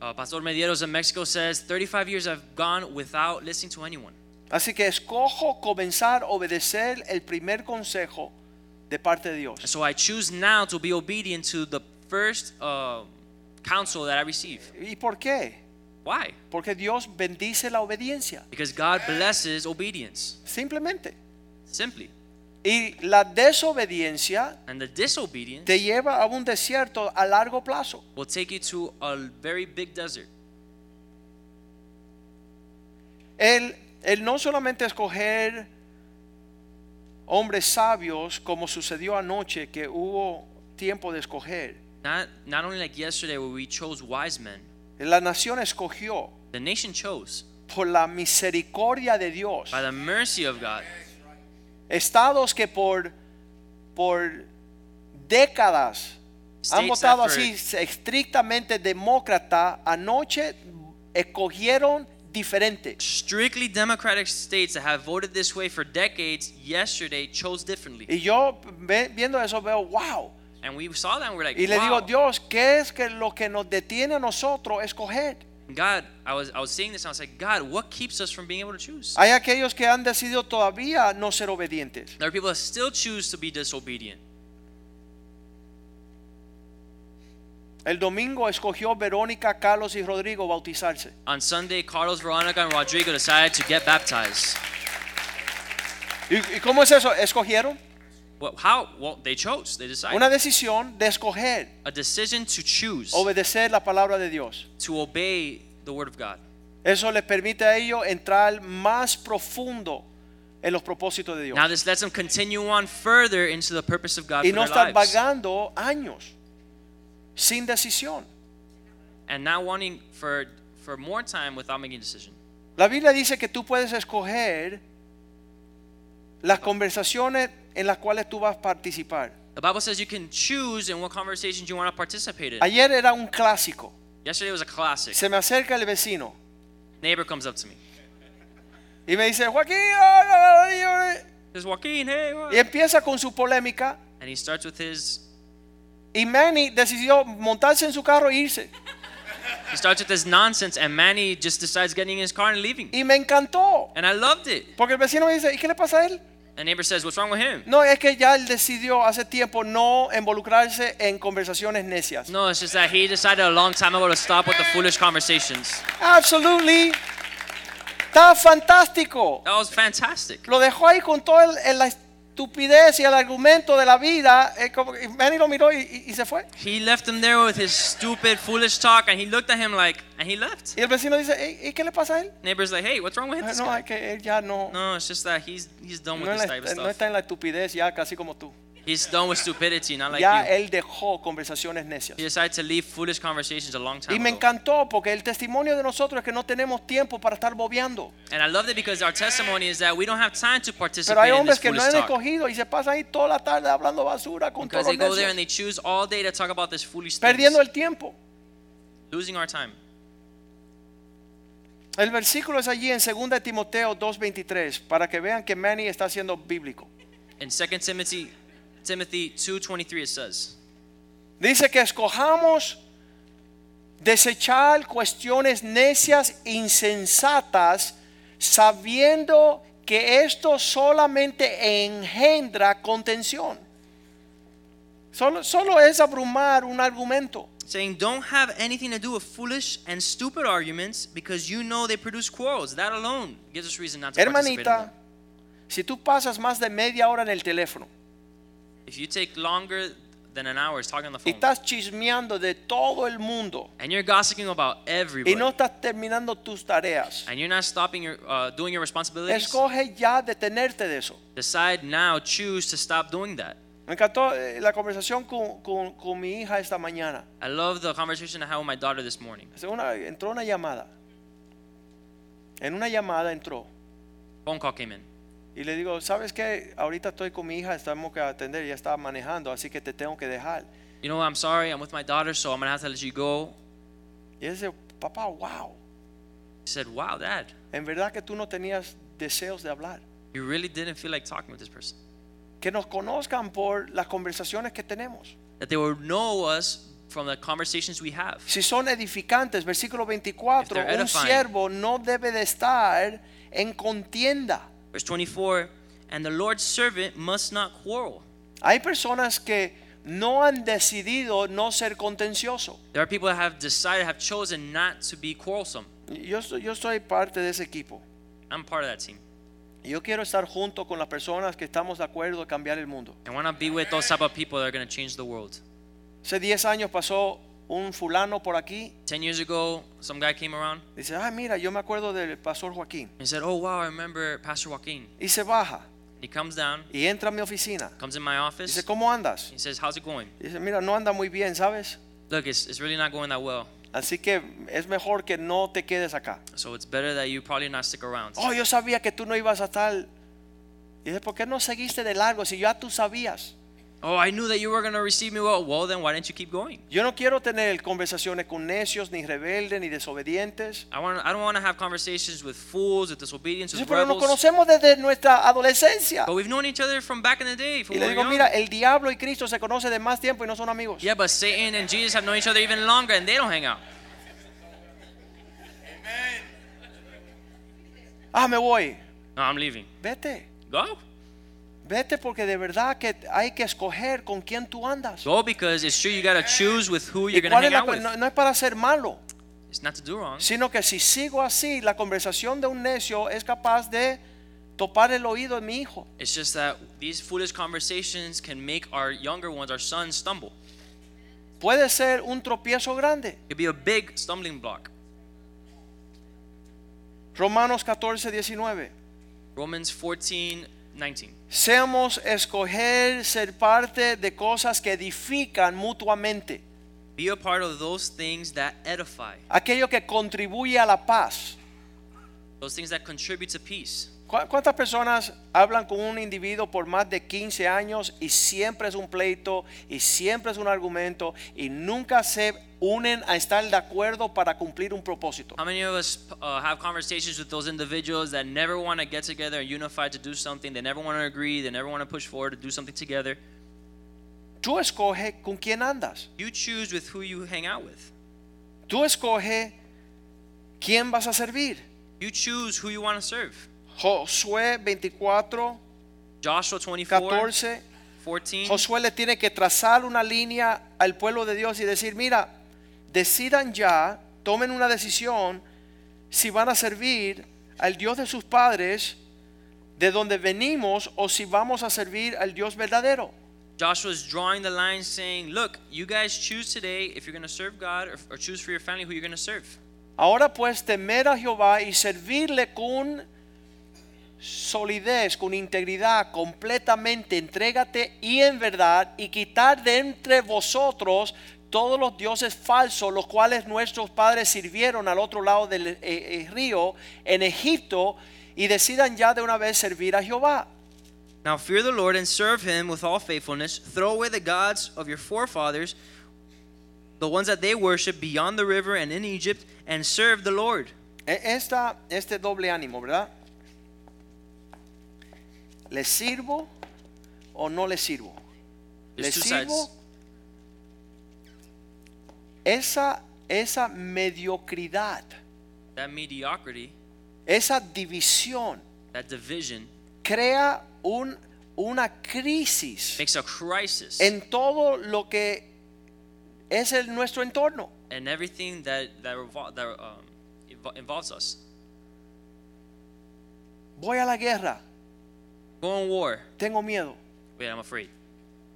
[SPEAKER 3] Uh, Pastor Medieros in Mexico says, 35 years I've gone without listening to anyone.
[SPEAKER 2] Así que escojo comenzar a obedecer el primer consejo de parte de
[SPEAKER 3] And
[SPEAKER 2] Dios.
[SPEAKER 3] so I choose now to be obedient to the first uh, counsel that I receive.
[SPEAKER 2] ¿Y por qué?
[SPEAKER 3] Why?
[SPEAKER 2] Porque Dios bendice la obediencia,
[SPEAKER 3] Because God blesses obedience,
[SPEAKER 2] simplemente.
[SPEAKER 3] simply.
[SPEAKER 2] Y la desobediencia
[SPEAKER 3] And the disobedience
[SPEAKER 2] te lleva a un desierto a largo plazo.
[SPEAKER 3] will take you to a very big desert.
[SPEAKER 2] El, el no solamente escoger hombres sabios como sucedió anoche que hubo tiempo de escoger.
[SPEAKER 3] Not, not only like yesterday where we chose wise men,
[SPEAKER 2] La nación escogió
[SPEAKER 3] the nation chose
[SPEAKER 2] por la misericordia de Dios.
[SPEAKER 3] by the mercy of God.
[SPEAKER 2] Estados que por, por décadas han
[SPEAKER 3] States
[SPEAKER 2] votado
[SPEAKER 3] that for-
[SPEAKER 2] así estrictamente demócrata, anoche escogieron diferente.
[SPEAKER 3] Strictly democratic states that have voted this way for decades yesterday chose differently.
[SPEAKER 2] Y yo ve- viendo eso veo, wow.
[SPEAKER 3] And we saw that and we're like,
[SPEAKER 2] Y le
[SPEAKER 3] wow.
[SPEAKER 2] digo, Dios, ¿qué es que lo que nos detiene a nosotros escoger?
[SPEAKER 3] God, I was I was saying this and I was like, God, what keeps us from being able to choose?
[SPEAKER 2] Hay aquellos que han decidido todavía no ser obedientes.
[SPEAKER 3] There are people that still choose to be disobedient.
[SPEAKER 2] El domingo escogió Verónica, Carlos y Rodrigo bautizarse.
[SPEAKER 3] On Sunday, Carlos, Veronica, and Rodrigo decided to get baptized.
[SPEAKER 2] ¿Y, y cómo es eso? Escogieron
[SPEAKER 3] Well, how? Well, they chose. They decided.
[SPEAKER 2] una decisión de escoger
[SPEAKER 3] a decision to choose
[SPEAKER 2] obedecer la palabra de Dios.
[SPEAKER 3] to obey the word of God.
[SPEAKER 2] Eso les permite a ellos entrar más profundo en los propósitos de Dios
[SPEAKER 3] Now this lets them continue on further into the purpose of God
[SPEAKER 2] y
[SPEAKER 3] for
[SPEAKER 2] no
[SPEAKER 3] their
[SPEAKER 2] estar
[SPEAKER 3] lives.
[SPEAKER 2] vagando años sin decisión.
[SPEAKER 3] and not wanting for for more time without making a decision.
[SPEAKER 2] La Biblia dice que tú puedes escoger las conversaciones en las cuales tú vas a participar.
[SPEAKER 3] The Bible says you can choose in what conversations you want to participate in.
[SPEAKER 2] Ayer era un clásico.
[SPEAKER 3] Yesterday was a classic.
[SPEAKER 2] Se me acerca el vecino
[SPEAKER 3] Neighbor comes up to me.
[SPEAKER 2] y me dice, Joaquín, ay, ay, ay, ay".
[SPEAKER 3] Says Joaquin, hey. what?"
[SPEAKER 2] y empieza con su polémica.
[SPEAKER 3] And he starts with his
[SPEAKER 2] Y Manny decidió montarse en su carro e irse.
[SPEAKER 3] he starts with his nonsense, and Manny just decides getting in his car and leaving.
[SPEAKER 2] Y me encantó.
[SPEAKER 3] And I loved it.
[SPEAKER 2] Porque el vecino me dice, ¿y qué le pasa a él?
[SPEAKER 3] And The neighbor says, What's wrong with him?
[SPEAKER 2] No, es que ya él decidió hace tiempo no involucrarse en conversaciones necias.
[SPEAKER 3] No, it's just that he decided a long time ago to stop with the foolish conversations.
[SPEAKER 2] Absolutely. Está fantástico.
[SPEAKER 3] That was fantastic.
[SPEAKER 2] Lo dejó ahí con todo el- el- la estupidez y el argumento de la vida. eh, como que Manny lo miró y, y- y se fue.
[SPEAKER 3] He left him there with his stupid, foolish talk, and he looked at him like, and he left.
[SPEAKER 2] Y el vecino dice, "Ey, ¿y qué le pasa a él?
[SPEAKER 3] Neighbor's like, Hey, what's wrong with
[SPEAKER 2] Ah,
[SPEAKER 3] this
[SPEAKER 2] No,
[SPEAKER 3] guy?
[SPEAKER 2] es que él ya no,
[SPEAKER 3] No, it's just that he's he's done with
[SPEAKER 2] no,
[SPEAKER 3] this
[SPEAKER 2] está,
[SPEAKER 3] type of
[SPEAKER 2] no
[SPEAKER 3] stuff.
[SPEAKER 2] está en la estupidez ya casi como tú.
[SPEAKER 3] He's done with stupidity, not like
[SPEAKER 2] ya
[SPEAKER 3] you.
[SPEAKER 2] él dejó conversaciones necias.
[SPEAKER 3] He decided to leave foolish conversations a long
[SPEAKER 2] Y
[SPEAKER 3] time
[SPEAKER 2] me
[SPEAKER 3] ago.
[SPEAKER 2] encantó porque el testimonio de nosotros es que no tenemos tiempo para estar bobeando.
[SPEAKER 3] And I love that because our testimony is that we don't have time to participate
[SPEAKER 2] Pero hay
[SPEAKER 3] in this
[SPEAKER 2] hombres que no
[SPEAKER 3] foolish
[SPEAKER 2] han
[SPEAKER 3] talk.
[SPEAKER 2] escogido y se pasan ahí toda la tarde hablando basura con
[SPEAKER 3] Because
[SPEAKER 2] todos
[SPEAKER 3] they go there
[SPEAKER 2] necios,
[SPEAKER 3] and they choose all day to talk about this foolish things,
[SPEAKER 2] perdiendo el tiempo.
[SPEAKER 3] losing our time.
[SPEAKER 2] El versículo es allí en 2 de Timoteo 2:23 para que vean que Manny está siendo bíblico.
[SPEAKER 3] In 2 Timothy Timothy 2:23 it says,
[SPEAKER 2] Dice que escojamos desechar cuestiones necias, insensatas, sabiendo que esto solamente engendra contención. Solo, solo es abrumar un argumento.
[SPEAKER 3] saying, "Don't have anything to do with foolish and stupid arguments because you know they produce quarrels." That alone gives us reason not to participate in
[SPEAKER 2] Hermanita,
[SPEAKER 3] them.
[SPEAKER 2] si tú pasas más de media hora en el teléfono
[SPEAKER 3] If you take longer than an hour is talking on the
[SPEAKER 2] y
[SPEAKER 3] phone,
[SPEAKER 2] estás chismeando de todo el mundo
[SPEAKER 3] and you're gossiping about
[SPEAKER 2] y
[SPEAKER 3] everybody,
[SPEAKER 2] no estás terminando tus tareas,
[SPEAKER 3] and you're not stopping your uh, doing your responsibilities,
[SPEAKER 2] escoge ya detenerte de eso.
[SPEAKER 3] decide now, choose to stop doing that.
[SPEAKER 2] Me encantó eh, la conversación con, con- con mi hija esta mañana.
[SPEAKER 3] I love the conversation I had with my daughter this morning.
[SPEAKER 2] Hace una- entró una llamada. En una llamada entró.
[SPEAKER 3] Phone call came in.
[SPEAKER 2] Y le digo, ¿sabes qué? Ahorita estoy con mi hija, estamos que atender, ya está manejando, así que te tengo que dejar.
[SPEAKER 3] You know, I'm sorry, I'm with my daughter, so I'm gonna have to let you go.
[SPEAKER 2] Y él dice, papá, wow,
[SPEAKER 3] She said, "Wow, Dad,
[SPEAKER 2] en verdad que tú no tenías deseos de hablar.
[SPEAKER 3] you really didn't feel like talking with this person."
[SPEAKER 2] Que nos conozcan por las conversaciones que tenemos.
[SPEAKER 3] that they will know us from the conversations we have.
[SPEAKER 2] Si son edificantes, versículo
[SPEAKER 3] If they're
[SPEAKER 2] 24, un
[SPEAKER 3] edifying.
[SPEAKER 2] siervo no debe de estar en contienda.
[SPEAKER 3] Verse 24, and the Lord's servant must not quarrel.
[SPEAKER 2] Hay personas que no han decidido no ser contencioso.
[SPEAKER 3] There are people that have decided, have chosen not to be quarrelsome.
[SPEAKER 2] Yo, so- yo soy parte de ese equipo.
[SPEAKER 3] I'm part of that team.
[SPEAKER 2] Y Yo quiero estar junto con las personas que estamos de acuerdo en cambiar el mundo.
[SPEAKER 3] I want to be with those type of people that are going to change the world.
[SPEAKER 2] Hace 10 años pasó un fulano por aquí.
[SPEAKER 3] Ten years ago, some guy came around
[SPEAKER 2] Dice, ah, mira, yo me acuerdo del pastor Joaquín.
[SPEAKER 3] and said, "Oh wow, I remember Pastor Joaquin."
[SPEAKER 2] Y se baja
[SPEAKER 3] He comes down,
[SPEAKER 2] y entra a mi oficina.
[SPEAKER 3] comes in my office.
[SPEAKER 2] Dice, ¿cómo andas?
[SPEAKER 3] He says, "How's it going?"
[SPEAKER 2] Dice, mira, no anda muy bien, ¿sabes?
[SPEAKER 3] Look, it's, it's really not going that well,
[SPEAKER 2] Así que es mejor que no te quedes acá.
[SPEAKER 3] so it's better that you probably not stick around.
[SPEAKER 2] Oh, yo sabía que tú no ibas a estar. Dice, ¿por qué no seguiste de largo si ya tú sabías?
[SPEAKER 3] Oh, I knew that you were going to receive me well. Well, then why didn't you keep going?
[SPEAKER 2] Yo no quiero tener conversaciones con necios, ni rebeldes, ni desobedientes.
[SPEAKER 3] I want. I don't want to have conversations with fools, with disobedience,
[SPEAKER 2] Dice,
[SPEAKER 3] with
[SPEAKER 2] pero nos
[SPEAKER 3] rebels.
[SPEAKER 2] conocemos desde nuestra adolescencia.
[SPEAKER 3] But we've known each other from back in the day. From
[SPEAKER 2] Y le
[SPEAKER 3] when
[SPEAKER 2] digo,
[SPEAKER 3] we were
[SPEAKER 2] mira, eh,
[SPEAKER 3] young.
[SPEAKER 2] el diablo y Cristo se conocen de más tiempo y no son amigos.
[SPEAKER 3] yeah, but Satan and Jesus have known each other even longer, and they don't hang out.
[SPEAKER 2] Ah, me voy.
[SPEAKER 3] No, I'm leaving.
[SPEAKER 2] Vete.
[SPEAKER 3] Go,
[SPEAKER 2] Vete porque de verdad que hay que escoger con quién tú andas.
[SPEAKER 3] go, because it's true. You gotta choose with who
[SPEAKER 2] Y
[SPEAKER 3] you're gonna
[SPEAKER 2] cuál es
[SPEAKER 3] hang
[SPEAKER 2] la
[SPEAKER 3] out
[SPEAKER 2] cu-
[SPEAKER 3] with.
[SPEAKER 2] no, no es para ser malo,
[SPEAKER 3] It's not to do wrong.
[SPEAKER 2] sino que si sigo así, la conversación de un necio es capaz de topar el oído de mi hijo.
[SPEAKER 3] It's just that these foolish conversations can make our younger ones, our sons, stumble.
[SPEAKER 2] Puede ser un tropiezo grande.
[SPEAKER 3] It'd be a big stumbling block.
[SPEAKER 2] Romanos 14, 19.
[SPEAKER 3] Romans 14, 19.
[SPEAKER 2] Seamos escoger ser parte de cosas que edifican mutuamente,
[SPEAKER 3] Be a part of those things that edify,
[SPEAKER 2] aquello que contribuye a la paz.
[SPEAKER 3] those things that contribute to peace.
[SPEAKER 2] ¿Cu- ¿Cuántas personas hablan con un individuo por más de 15 años y siempre es un pleito y siempre es un argumento y nunca se unen a estar de acuerdo para cumplir un propósito?
[SPEAKER 3] How many of us uh, have conversations with those individuals that never want to get together and unify to do something? They never want to agree. They never want to push forward to do something together.
[SPEAKER 2] Tú escoge con quién andas.
[SPEAKER 3] You choose with who you hang out with.
[SPEAKER 2] Tú escoge quién vas a servir.
[SPEAKER 3] You choose who you want to serve.
[SPEAKER 2] Josué 24,
[SPEAKER 3] Joshua 24,
[SPEAKER 2] 14,
[SPEAKER 3] 14.
[SPEAKER 2] Josué le tiene que trazar una línea al pueblo de Dios y decir, mira, decidan ya, tomen una decisión si van a servir al Dios de sus padres, de donde venimos, o si vamos a servir al Dios verdadero.
[SPEAKER 3] Joshua is drawing the line saying, Look, you guys choose today if you're going to serve God or, or choose for your family who you're going to serve.
[SPEAKER 2] Ahora pues temer a Jehová y servirle con solidez, con integridad, completamente entrégate y en verdad y quitar de entre vosotros todos los dioses falsos, los cuales nuestros padres sirvieron al otro lado del eh, eh, río en Egipto y decidan ya de una vez servir a Jehová.
[SPEAKER 3] Now fear the Lord and serve him with all faithfulness. Throw away the gods of your forefathers, the ones that they worship beyond the river and in Egypt, and serve the Lord.
[SPEAKER 2] E- Esta, este doble ánimo, ¿verdad? ¿Le sirvo o no le sirvo? ¿Le
[SPEAKER 3] There's two
[SPEAKER 2] sirvo?
[SPEAKER 3] sides.
[SPEAKER 2] Esa, esa mediocridad,
[SPEAKER 3] That mediocrity,
[SPEAKER 2] esa división,
[SPEAKER 3] that division,
[SPEAKER 2] crea un, una crisis
[SPEAKER 3] makes a crisis
[SPEAKER 2] en todo lo que es el- nuestro entorno.
[SPEAKER 3] and everything that, that, revol- that um, invo- involves us.
[SPEAKER 2] Voy a la guerra,
[SPEAKER 3] Go on war.
[SPEAKER 2] tengo miedo.
[SPEAKER 3] Wait, I'm afraid.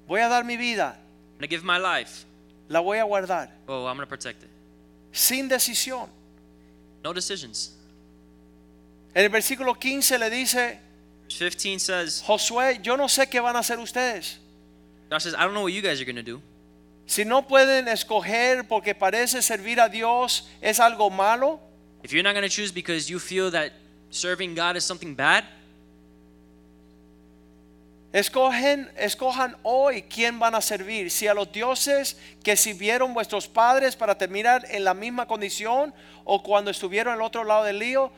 [SPEAKER 2] Voy a dar mi vida,
[SPEAKER 3] I'm going to give my life.
[SPEAKER 2] la voy a guardar.
[SPEAKER 3] Oh, I'm going to protect it.
[SPEAKER 2] Sin decisión.
[SPEAKER 3] No decisions.
[SPEAKER 2] En el versículo 15 le dice,
[SPEAKER 3] Verse 15 says,
[SPEAKER 2] Josué, yo no sé qué van a hacer ustedes.
[SPEAKER 3] Josh says, I don't know what you guys are going to do.
[SPEAKER 2] Si no pueden escoger porque parece servir a Dios es algo malo,
[SPEAKER 3] If you're not going to choose because you feel that serving God is something bad,
[SPEAKER 2] escogen, escojan hoy quién van a servir. Si a los dioses que sirvieron vuestros padres para terminar en la misma condición o cuando estuvieron al otro lado del lío,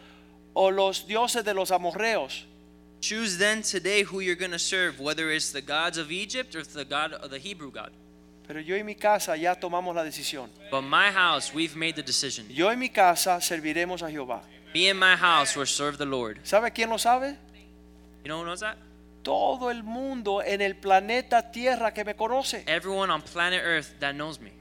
[SPEAKER 2] o los dioses de los amorreos.
[SPEAKER 3] choose then today who you're going to serve, whether it's the gods of Egypt or the God of the Hebrew God.
[SPEAKER 2] Pero yo y mi casa ya tomamos la decisión.
[SPEAKER 3] But my house, we've made the decision.
[SPEAKER 2] Yo y mi casa serviremos a Jehová.
[SPEAKER 3] Me and my house will serve the Lord.
[SPEAKER 2] ¿Sabe quién lo sabe?
[SPEAKER 3] You know who knows that?
[SPEAKER 2] Todo el mundo en el planeta Tierra que me conoce.
[SPEAKER 3] Everyone on planet Earth that knows me.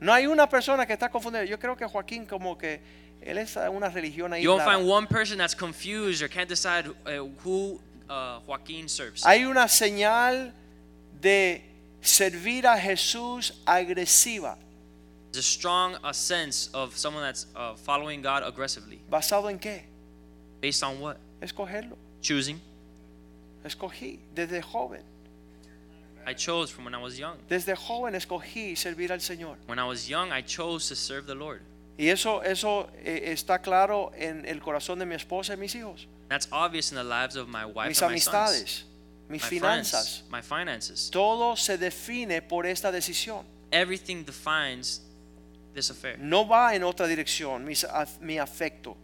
[SPEAKER 2] No hay una persona que está confundida. Yo creo que Joaquín como que él es una religión ahí.
[SPEAKER 3] You won't
[SPEAKER 2] rara.
[SPEAKER 3] find one person that's confused or can't decide uh, who uh, Joaquin serves.
[SPEAKER 2] Hay una señal de servir a Jesús agresiva,
[SPEAKER 3] There's a strong uh, sense of someone that's uh, following God aggressively.
[SPEAKER 2] basado en qué?
[SPEAKER 3] Based on what?
[SPEAKER 2] Escogerlo.
[SPEAKER 3] Choosing.
[SPEAKER 2] Escogí desde joven.
[SPEAKER 3] I chose from when I was young.
[SPEAKER 2] Desde joven escogí servir al Señor.
[SPEAKER 3] When I was young, I chose to serve the Lord.
[SPEAKER 2] Y eso eso eh, está claro en el corazón de mi esposa y mis hijos,
[SPEAKER 3] That's obvious in the lives of my wife
[SPEAKER 2] mis
[SPEAKER 3] and my sons,
[SPEAKER 2] amistades, mis
[SPEAKER 3] my
[SPEAKER 2] finanzas.
[SPEAKER 3] friends, my finances.
[SPEAKER 2] Todo se define por esta decisión.
[SPEAKER 3] Everything defines this affair.
[SPEAKER 2] No va en otra dirección mis af- mi afecto.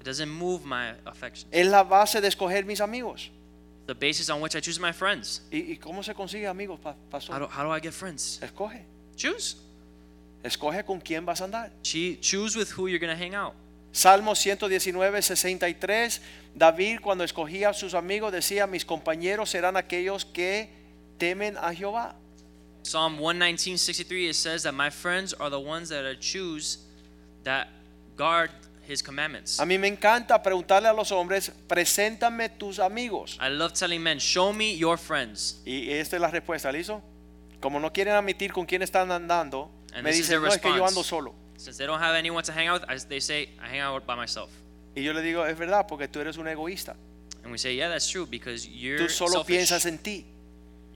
[SPEAKER 3] It doesn't move my affection.
[SPEAKER 2] Es la base de escoger mis amigos.
[SPEAKER 3] The basis on which I choose my friends.
[SPEAKER 2] ¿Y, y cómo se consigue amigos, pa-
[SPEAKER 3] How
[SPEAKER 2] pastor?
[SPEAKER 3] do, how do I get friends?
[SPEAKER 2] Escoge.
[SPEAKER 3] Choose.
[SPEAKER 2] Escoge con quién vas a andar.
[SPEAKER 3] Choo- Choose with who you're going to hang out.
[SPEAKER 2] Salmo 119, 63. David, cuando escogía a sus amigos, decía: Mis compañeros serán aquellos que temen a Jehová.
[SPEAKER 3] Psalm 119:63 it says that my friends are the ones that I choose that guard his commandments.
[SPEAKER 2] A mí me encanta preguntarle a los hombres: Preséntame tus amigos.
[SPEAKER 3] I love telling men, show me your friends.
[SPEAKER 2] Y esta es la respuesta, ¿listo? Como no quieren admitir con quién están andando,
[SPEAKER 3] And
[SPEAKER 2] me
[SPEAKER 3] this is
[SPEAKER 2] dicen:
[SPEAKER 3] their
[SPEAKER 2] No, es que yo
[SPEAKER 3] response.
[SPEAKER 2] ando solo.
[SPEAKER 3] Since they don't have anyone to hang out with, I, they say, I hang out by myself.
[SPEAKER 2] Y yo le digo: Es verdad, porque tú eres un egoísta.
[SPEAKER 3] And we say, yeah, that's true because you're
[SPEAKER 2] Tú solo
[SPEAKER 3] selfish.
[SPEAKER 2] piensas en ti.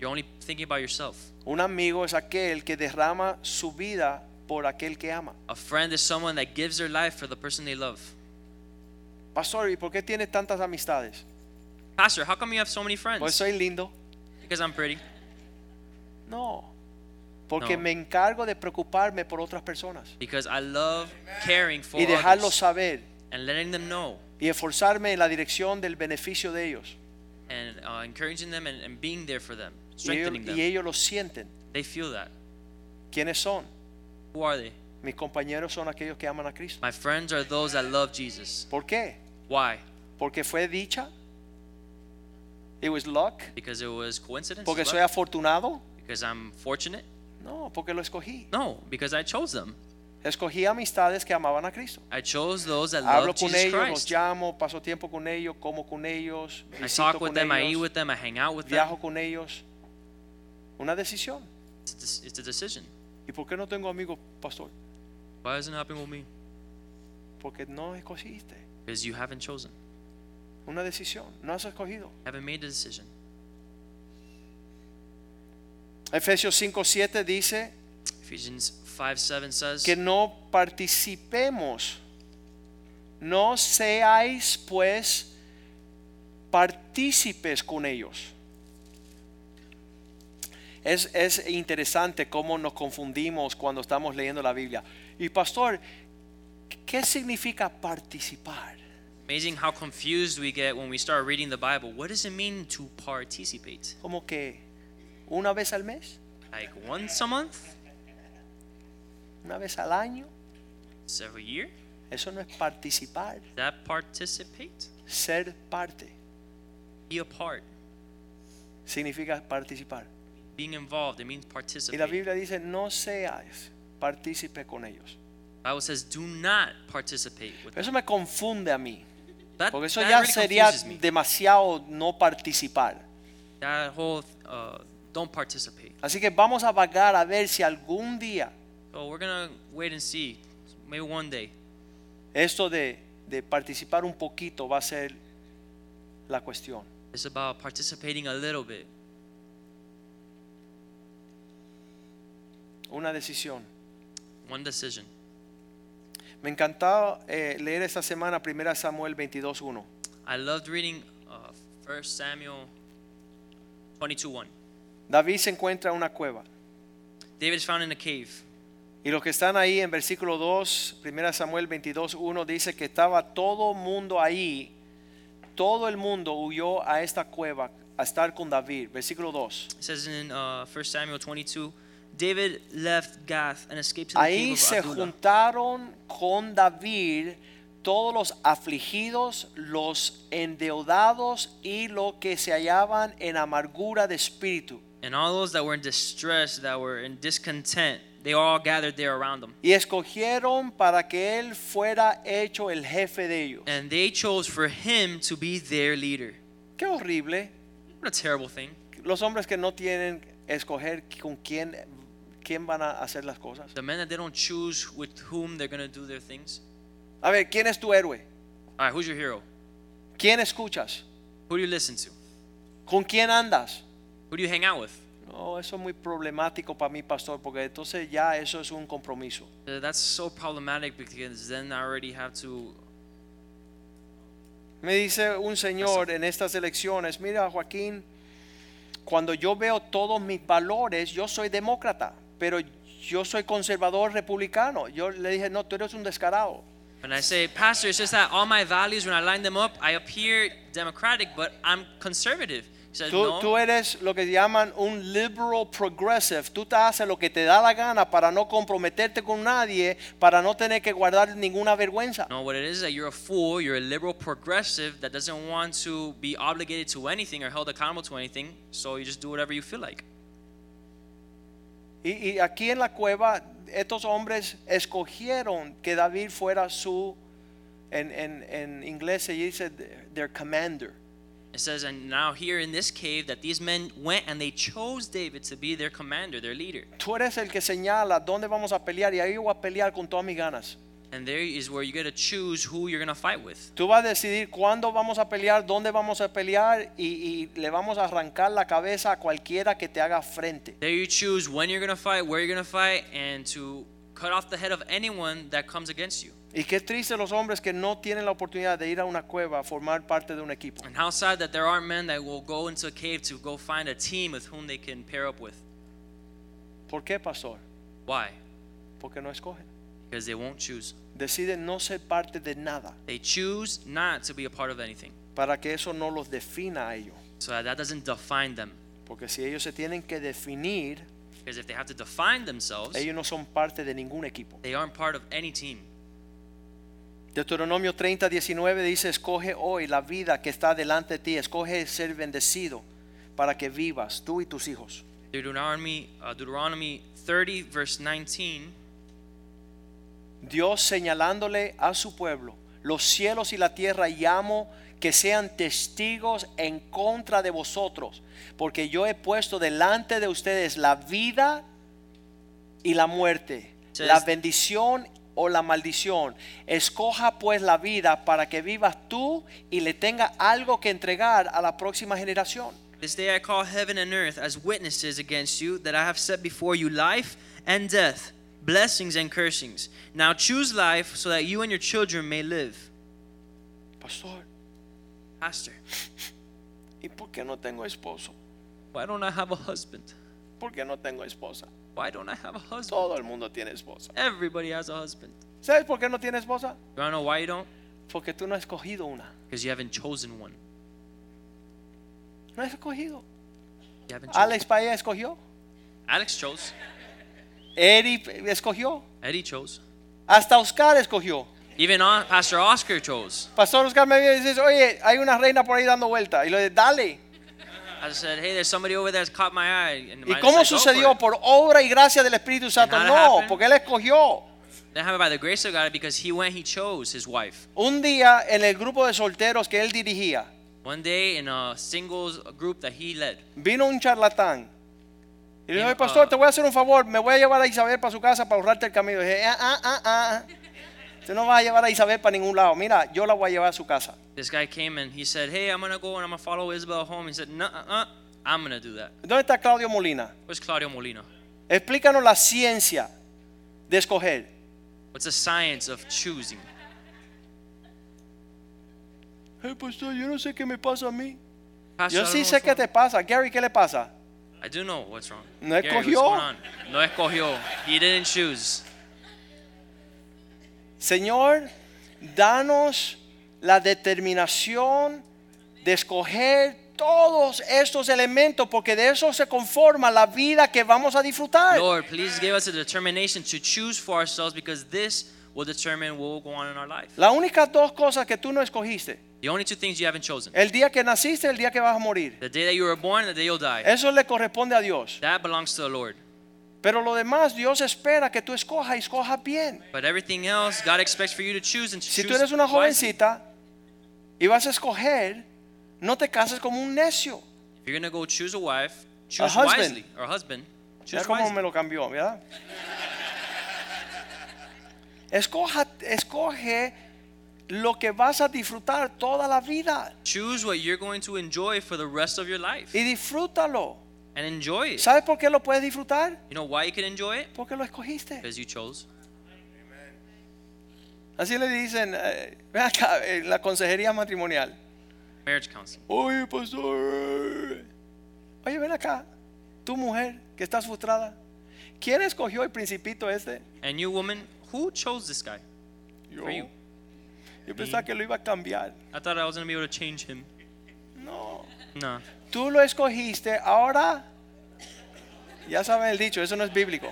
[SPEAKER 3] You're only thinking about yourself.
[SPEAKER 2] Un amigo es aquel que derrama su vida por aquel que ama.
[SPEAKER 3] A friend is someone that gives their life for the person they love.
[SPEAKER 2] Pastor, ¿y por qué tienes tantas amistades?
[SPEAKER 3] Pastor, how come you have so many friends?
[SPEAKER 2] Pues soy lindo.
[SPEAKER 3] because I'm pretty.
[SPEAKER 2] No, porque
[SPEAKER 3] No.
[SPEAKER 2] me encargo de preocuparme por otras personas
[SPEAKER 3] Because I love caring for
[SPEAKER 2] y dejarlos
[SPEAKER 3] others
[SPEAKER 2] saber
[SPEAKER 3] and letting them know
[SPEAKER 2] y esforzarme en la dirección del beneficio de ellos.
[SPEAKER 3] and uh, encouraging them and, and being there for them,
[SPEAKER 2] Y ellos,
[SPEAKER 3] strengthening
[SPEAKER 2] y
[SPEAKER 3] them.
[SPEAKER 2] ellos lo sienten.
[SPEAKER 3] They feel that.
[SPEAKER 2] ¿Quiénes son?
[SPEAKER 3] Who are they?
[SPEAKER 2] Mis compañeros son aquellos que aman a Cristo.
[SPEAKER 3] My friends are those that love Jesus.
[SPEAKER 2] ¿Por qué?
[SPEAKER 3] Why?
[SPEAKER 2] Porque fue dicha, It was luck.
[SPEAKER 3] because it was coincidence,
[SPEAKER 2] Porque
[SPEAKER 3] luck,
[SPEAKER 2] soy afortunado.
[SPEAKER 3] because I'm fortunate.
[SPEAKER 2] No, porque lo escogí.
[SPEAKER 3] No, because I chose them.
[SPEAKER 2] Escogí amistades que amaban a Cristo.
[SPEAKER 3] I chose those that
[SPEAKER 2] Hablo
[SPEAKER 3] love
[SPEAKER 2] con
[SPEAKER 3] Jesus
[SPEAKER 2] ellos, los
[SPEAKER 3] Christ.
[SPEAKER 2] llamo, paso tiempo con ellos, como con ellos,
[SPEAKER 3] I
[SPEAKER 2] visito
[SPEAKER 3] talk
[SPEAKER 2] con
[SPEAKER 3] with them, I eat
[SPEAKER 2] ellos,
[SPEAKER 3] with them, I hang out with them.
[SPEAKER 2] viajo con ellos. Una decisión.
[SPEAKER 3] It's a, dec- it's a decision.
[SPEAKER 2] ¿Y por qué no tengo amigos, pastor?
[SPEAKER 3] Why isn't it happening with me?
[SPEAKER 2] Porque no escogiste.
[SPEAKER 3] Because you haven't chosen,
[SPEAKER 2] Una decisión. No has escogido.
[SPEAKER 3] haven't made the decision.
[SPEAKER 2] Efesios 5:7 dice
[SPEAKER 3] Ephesians 5 7 says,
[SPEAKER 2] que no participemos. No seáis pues partícipes con ellos. Es, es interesante cómo nos confundimos cuando estamos leyendo la Biblia. Y pastor, ¿qué significa participar?
[SPEAKER 3] Amazing how confused we get when we start reading the Bible. What does it mean to participate?
[SPEAKER 2] Como que una vez al mes,
[SPEAKER 3] Like once a month?
[SPEAKER 2] una vez al año,
[SPEAKER 3] It's every year?
[SPEAKER 2] eso no es participar,
[SPEAKER 3] That participate?
[SPEAKER 2] ser parte
[SPEAKER 3] Be a part.
[SPEAKER 2] significa participar.
[SPEAKER 3] Being involved, it means
[SPEAKER 2] Y la
[SPEAKER 3] participate.
[SPEAKER 2] Biblia dice, no seas partícipe con ellos.
[SPEAKER 3] Bible says, do not participate with them.
[SPEAKER 2] Eso me confunde a mí,
[SPEAKER 3] That,
[SPEAKER 2] porque eso
[SPEAKER 3] that
[SPEAKER 2] ya
[SPEAKER 3] really
[SPEAKER 2] sería
[SPEAKER 3] confuses me.
[SPEAKER 2] demasiado no participar.
[SPEAKER 3] That whole uh, don't participate.
[SPEAKER 2] Así que vamos a vagar a ver si algún día
[SPEAKER 3] So we're gonna wait and see. Maybe one day.
[SPEAKER 2] esto de, de participar un poquito va a ser la cuestión.
[SPEAKER 3] It's about participating a little bit.
[SPEAKER 2] Una decisión.
[SPEAKER 3] One decision.
[SPEAKER 2] Me encantaba eh, leer esta semana 1 Samuel 22.1.
[SPEAKER 3] I loved reading uh, 1 Samuel 22 1.
[SPEAKER 2] David se encuentra en una cueva.
[SPEAKER 3] David is found in a cave.
[SPEAKER 2] Y los que están ahí en versículo 2, 1 Samuel 22, 1 dice que estaba todo mundo ahí, todo el mundo huyó a esta cueva a estar con David. Versículo 2.
[SPEAKER 3] It says in uh, 1 Samuel 22, David left Gath and escaped to the
[SPEAKER 2] Ahí
[SPEAKER 3] cave of
[SPEAKER 2] se
[SPEAKER 3] Adullam.
[SPEAKER 2] juntaron con David todos los afligidos, los endeudados y los que se hallaban en amargura de espíritu.
[SPEAKER 3] And all those that were in distress, that were in discontent, they all gathered there around him.
[SPEAKER 2] Y escogieron para que él fuera hecho el jefe de ellos.
[SPEAKER 3] And they chose for him to be their leader.
[SPEAKER 2] Qué horrible.
[SPEAKER 3] What a terrible thing.
[SPEAKER 2] los hombres que no tienen escoger con quién quién van a hacer las cosas.
[SPEAKER 3] The men that they don't choose with whom they're going to do their things.
[SPEAKER 2] A ver, ¿quién es tu héroe?
[SPEAKER 3] All right, who's your hero?
[SPEAKER 2] ¿Quién escuchas?
[SPEAKER 3] Who do you listen to?
[SPEAKER 2] ¿Con quién andas?
[SPEAKER 3] Who do you hang out with?
[SPEAKER 2] No, eso es muy problemático para mí, pastor, porque entonces ya eso es un compromiso.
[SPEAKER 3] Uh, That's so problematic because then I already have to.
[SPEAKER 2] Me dice un señor en estas elecciones, mira Joaquín, cuando yo veo todos mis valores, yo soy demócrata, pero yo soy conservador republicano. Yo le dije, no, tú eres un descarado.
[SPEAKER 3] When I say, Pastor, it's just that all my values, when I line them up, I appear democratic, but I'm conservative. He said,
[SPEAKER 2] Tú,
[SPEAKER 3] no.
[SPEAKER 2] tú eres lo que llaman un liberal progressive. Tú te haces lo que te da la gana para no comprometerte con nadie, para no tener que guardar ninguna vergüenza.
[SPEAKER 3] No, what it is is that you're a fool. You're a liberal progressive that doesn't want to be obligated to anything or held accountable to anything. So you just do whatever you feel like.
[SPEAKER 2] Y, y aquí en la cueva, estos hombres escogieron que David fuera su, en, en, en inglés se dice, their commander.
[SPEAKER 3] It says, and now here in this cave, that these men went and they chose David to be their commander, their leader.
[SPEAKER 2] Tú eres el que señala dónde vamos a pelear y ahí yo voy a pelear con todas mis ganas.
[SPEAKER 3] And there is where you get to choose who you're going to fight with.
[SPEAKER 2] Tú vas a decidir cuándo vamos a pelear, dónde vamos a pelear y, y le vamos a arrancar la cabeza a cualquiera que te haga frente.
[SPEAKER 3] There you choose when you're going to fight, where you're going to fight, and to cut off the head of anyone that comes against you.
[SPEAKER 2] Y qué triste los hombres que no tienen la oportunidad de ir a una cueva a formar parte de un equipo.
[SPEAKER 3] And how sad that there are men that will go into a cave to go find a team with whom they can pair up with.
[SPEAKER 2] ¿Por qué, pastor?
[SPEAKER 3] Why?
[SPEAKER 2] Porque no escogen.
[SPEAKER 3] Because they won't choose.
[SPEAKER 2] Deciden no ser parte de nada
[SPEAKER 3] They choose not to be a part of anything.
[SPEAKER 2] para que eso no los defina a ellos.
[SPEAKER 3] So that, that doesn't define them.
[SPEAKER 2] Porque si ellos se tienen que definir,
[SPEAKER 3] Because if they have to define themselves,
[SPEAKER 2] ellos no son parte de ningún equipo.
[SPEAKER 3] they aren't part of any team.
[SPEAKER 2] Deuteronomio 30, 19 dice, escoge hoy la vida que está delante de ti, escoge ser bendecido para que vivas tú y tus hijos.
[SPEAKER 3] Deuteronomy, uh, Deuteronomy 30, verse 19.
[SPEAKER 2] Dios señalándole a su pueblo, los cielos y la tierra llamo que sean testigos en contra de vosotros, porque yo he puesto delante de ustedes la vida y la muerte,
[SPEAKER 3] Says-
[SPEAKER 2] la bendición o la maldición. Escoja pues la vida para que vivas tú y le tenga algo que entregar a la próxima generación.
[SPEAKER 3] This day I call heaven and earth as witnesses against you that I have set before you life and death, blessings and cursings. Now choose life so that you and your children may live.
[SPEAKER 2] Pastor,
[SPEAKER 3] Pastor,
[SPEAKER 2] ¿y por qué no tengo esposo?
[SPEAKER 3] why don't I have a husband?
[SPEAKER 2] ¿Por qué no tengo esposa?
[SPEAKER 3] Why don't I have a husband?
[SPEAKER 2] Todo el mundo tiene esposa.
[SPEAKER 3] Everybody has a husband.
[SPEAKER 2] ¿Sabes por qué no tiene esposa?
[SPEAKER 3] You wanna know why you don't?
[SPEAKER 2] Porque tú no has escogido una.
[SPEAKER 3] Because you haven't chosen one.
[SPEAKER 2] No has escogido.
[SPEAKER 3] You haven't chosen.
[SPEAKER 2] Alex Paya escogió.
[SPEAKER 3] Alex chose.
[SPEAKER 2] Eric escogió.
[SPEAKER 3] Eddie chose.
[SPEAKER 2] Hasta Oscar escogió.
[SPEAKER 3] Even O- Pastor Oscar chose.
[SPEAKER 2] Pastor Oscar me viene y dice, oye, hay una reina por ahí dando vuelta. Y le dice, dale.
[SPEAKER 3] I said, hey, there's somebody over there that's caught my eye. And
[SPEAKER 2] ¿Y
[SPEAKER 3] I
[SPEAKER 2] cómo
[SPEAKER 3] just said,
[SPEAKER 2] sucedió?
[SPEAKER 3] "Go for it."
[SPEAKER 2] ¿Por obra y gracia del Espíritu Santo?
[SPEAKER 3] And how it
[SPEAKER 2] No,
[SPEAKER 3] happened?
[SPEAKER 2] porque él escogió.
[SPEAKER 3] That happened by the grace of God because he went, he chose his wife.
[SPEAKER 2] Un día en el grupo de solteros que él dirigía,
[SPEAKER 3] One day in a singles group that he led,
[SPEAKER 2] vino un charlatán. Y le dijo,
[SPEAKER 3] Vino,
[SPEAKER 2] "Oye, pastor,
[SPEAKER 3] ah.
[SPEAKER 2] te voy a hacer un favor, me voy a llevar a Isabel para su casa para ahorrarte el camino. Y dije, ah, ah, ah, ah. Usted no va a llevar a Isabel para ningún lado. Mira, yo la voy a llevar a su casa.
[SPEAKER 3] this guy came and he said, hey, I'm going to go and I'm going to follow Isabel home. He said, no, uh, I'm going to do that.
[SPEAKER 2] ¿Dónde está Claudio Molina?
[SPEAKER 3] Where's Claudio Molina?
[SPEAKER 2] Explícanos la ciencia de escoger.
[SPEAKER 3] What's the science of choosing?
[SPEAKER 2] Eh, pastor, yo no sé qué me pasa a mí.
[SPEAKER 3] Pastor, I
[SPEAKER 2] Yo
[SPEAKER 3] don't
[SPEAKER 2] sí
[SPEAKER 3] know
[SPEAKER 2] sé
[SPEAKER 3] what's
[SPEAKER 2] qué
[SPEAKER 3] wrong.
[SPEAKER 2] te pasa. Gary, ¿qué le pasa?
[SPEAKER 3] I do know what's wrong.
[SPEAKER 2] No
[SPEAKER 3] Gary, what's
[SPEAKER 2] escogió.
[SPEAKER 3] going on? No escogió. He didn't choose.
[SPEAKER 2] Señor, danos la determinación de escoger todos estos elementos porque de eso se conforma la vida que vamos a disfrutar.
[SPEAKER 3] Lord, please give us a determination to choose for ourselves because this will determine what will go on in our life.
[SPEAKER 2] Las únicas dos cosas que tú no escogiste,
[SPEAKER 3] The only two things you haven't chosen
[SPEAKER 2] el día que naciste, el día que vas a morir.
[SPEAKER 3] the day that you were born and the day you'll die.
[SPEAKER 2] Eso le corresponde a Dios.
[SPEAKER 3] That belongs to the Lord.
[SPEAKER 2] Pero lo demás, Dios espera que tú escojas y escojas bien.
[SPEAKER 3] But everything else, God expects for you to choose and to
[SPEAKER 2] Si tú
[SPEAKER 3] choose
[SPEAKER 2] eres una
[SPEAKER 3] wisely.
[SPEAKER 2] jovencita y vas a escoger, no te cases como un necio.
[SPEAKER 3] If you're gonna go choose a wife, choose
[SPEAKER 2] husband.
[SPEAKER 3] wisely or a husband.
[SPEAKER 2] Mira
[SPEAKER 3] Choose
[SPEAKER 2] cómo me
[SPEAKER 3] wisely.
[SPEAKER 2] lo cambió, ¿verdad? Escoja, escoge lo que vas a disfrutar toda la vida
[SPEAKER 3] Choose what you're going to enjoy for the rest of your life
[SPEAKER 2] y disfrútalo.
[SPEAKER 3] and enjoy it.
[SPEAKER 2] ¿Sabes por qué lo puedes disfrutar?
[SPEAKER 3] You know why you can enjoy it?
[SPEAKER 2] Porque lo escogiste.
[SPEAKER 3] Because you chose.
[SPEAKER 2] Así le dicen, eh, ven acá, en la consejería matrimonial.
[SPEAKER 3] Marriage counseling.
[SPEAKER 2] Oye, pastor. Oye, ven acá. Tu mujer que estás frustrada. ¿Quién escogió el principito este?
[SPEAKER 3] And you, woman, who chose this guy?
[SPEAKER 2] Yo.
[SPEAKER 3] For you.
[SPEAKER 2] Yo pensaba que lo iba a cambiar.
[SPEAKER 3] I thought I was gonna be able to change him.
[SPEAKER 2] No.
[SPEAKER 3] Nah.
[SPEAKER 2] Tú lo escogiste, ahora ya saben el dicho, eso no es bíblico.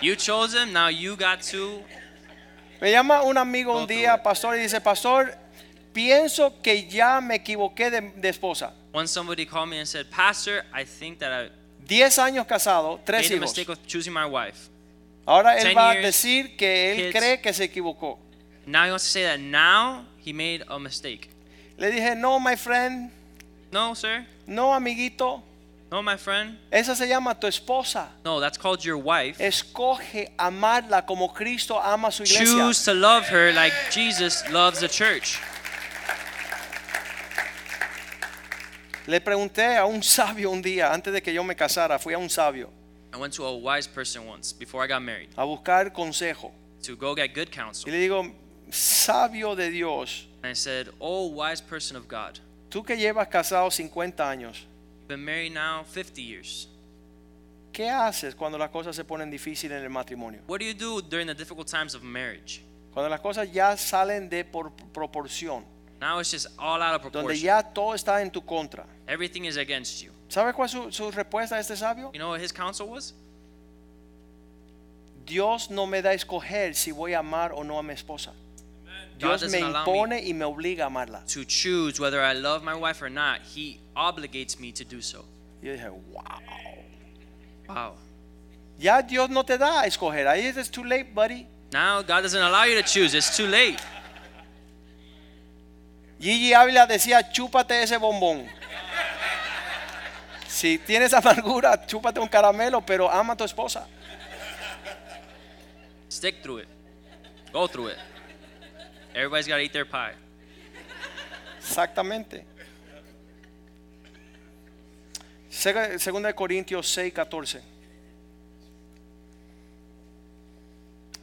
[SPEAKER 3] You chose him. Now you got to.
[SPEAKER 2] Me llama un amigo
[SPEAKER 3] Go
[SPEAKER 2] un
[SPEAKER 3] through it.
[SPEAKER 2] día, pastor, y dice, pastor, pienso que ya me equivoqué de, de esposa.
[SPEAKER 3] Once somebody called me and said, Pastor, I think that I
[SPEAKER 2] 10 años casado, tres
[SPEAKER 3] made a
[SPEAKER 2] hijos.
[SPEAKER 3] mistake of choosing my wife.
[SPEAKER 2] Ahora él
[SPEAKER 3] 10
[SPEAKER 2] va a
[SPEAKER 3] years,
[SPEAKER 2] decir que él
[SPEAKER 3] kids.
[SPEAKER 2] cree que se equivocó.
[SPEAKER 3] Now he wants to say that now he made a mistake.
[SPEAKER 2] Le dije, no, my friend,
[SPEAKER 3] No, sir.
[SPEAKER 2] no, amiguito,
[SPEAKER 3] No, my friend.
[SPEAKER 2] esa se llama tu esposa.
[SPEAKER 3] No, that's called your wife.
[SPEAKER 2] Escoge amarla como Cristo ama a su iglesia.
[SPEAKER 3] Choose to love her like Jesus loves the church.
[SPEAKER 2] Le pregunté a un sabio un día, antes de que yo me casara, fui a un sabio
[SPEAKER 3] I went to a wise person once before I got married
[SPEAKER 2] a buscar consejo.
[SPEAKER 3] to go get good
[SPEAKER 2] Y
[SPEAKER 3] counsel.
[SPEAKER 2] le digo, sabio de Dios,
[SPEAKER 3] And I said, Oh, wise person of God,
[SPEAKER 2] tú que llevas casado 50 años,
[SPEAKER 3] you've been married now 50 years.
[SPEAKER 2] ¿qué haces cuando las cosas se ponen difíciles en el matrimonio?
[SPEAKER 3] What do you do during the difficult times of marriage?
[SPEAKER 2] Cuando las cosas ya salen de por proporción,
[SPEAKER 3] Now it's just all out of
[SPEAKER 2] donde
[SPEAKER 3] proportion.
[SPEAKER 2] ya todo está en tu contra.
[SPEAKER 3] Everything is against you.
[SPEAKER 2] ¿Sabes cuál es su, su respuesta a este sabio?
[SPEAKER 3] You know what his counsel was?
[SPEAKER 2] Dios no me da a escoger si voy a amar o no a mi esposa.
[SPEAKER 3] God
[SPEAKER 2] Dios me
[SPEAKER 3] doesn't allow me
[SPEAKER 2] impone y me obliga a amarla.
[SPEAKER 3] to choose whether I love my wife or not. He obligates me to do so.
[SPEAKER 2] Yo dije, wow.
[SPEAKER 3] Wow.
[SPEAKER 2] Ya Dios no te da a escoger. Ahí es it's too late, buddy.
[SPEAKER 3] Now God doesn't allow you to choose. It's too late.
[SPEAKER 2] Gigi Ávila decía, chúpate ese bombón. Si tienes amargura, chúpate un caramelo, pero ama a tu esposa.
[SPEAKER 3] Stick through it. Go through it. Everybody's got to eat their pie.
[SPEAKER 2] Exactamente. Seg- Segunda de Corintios 6, 14.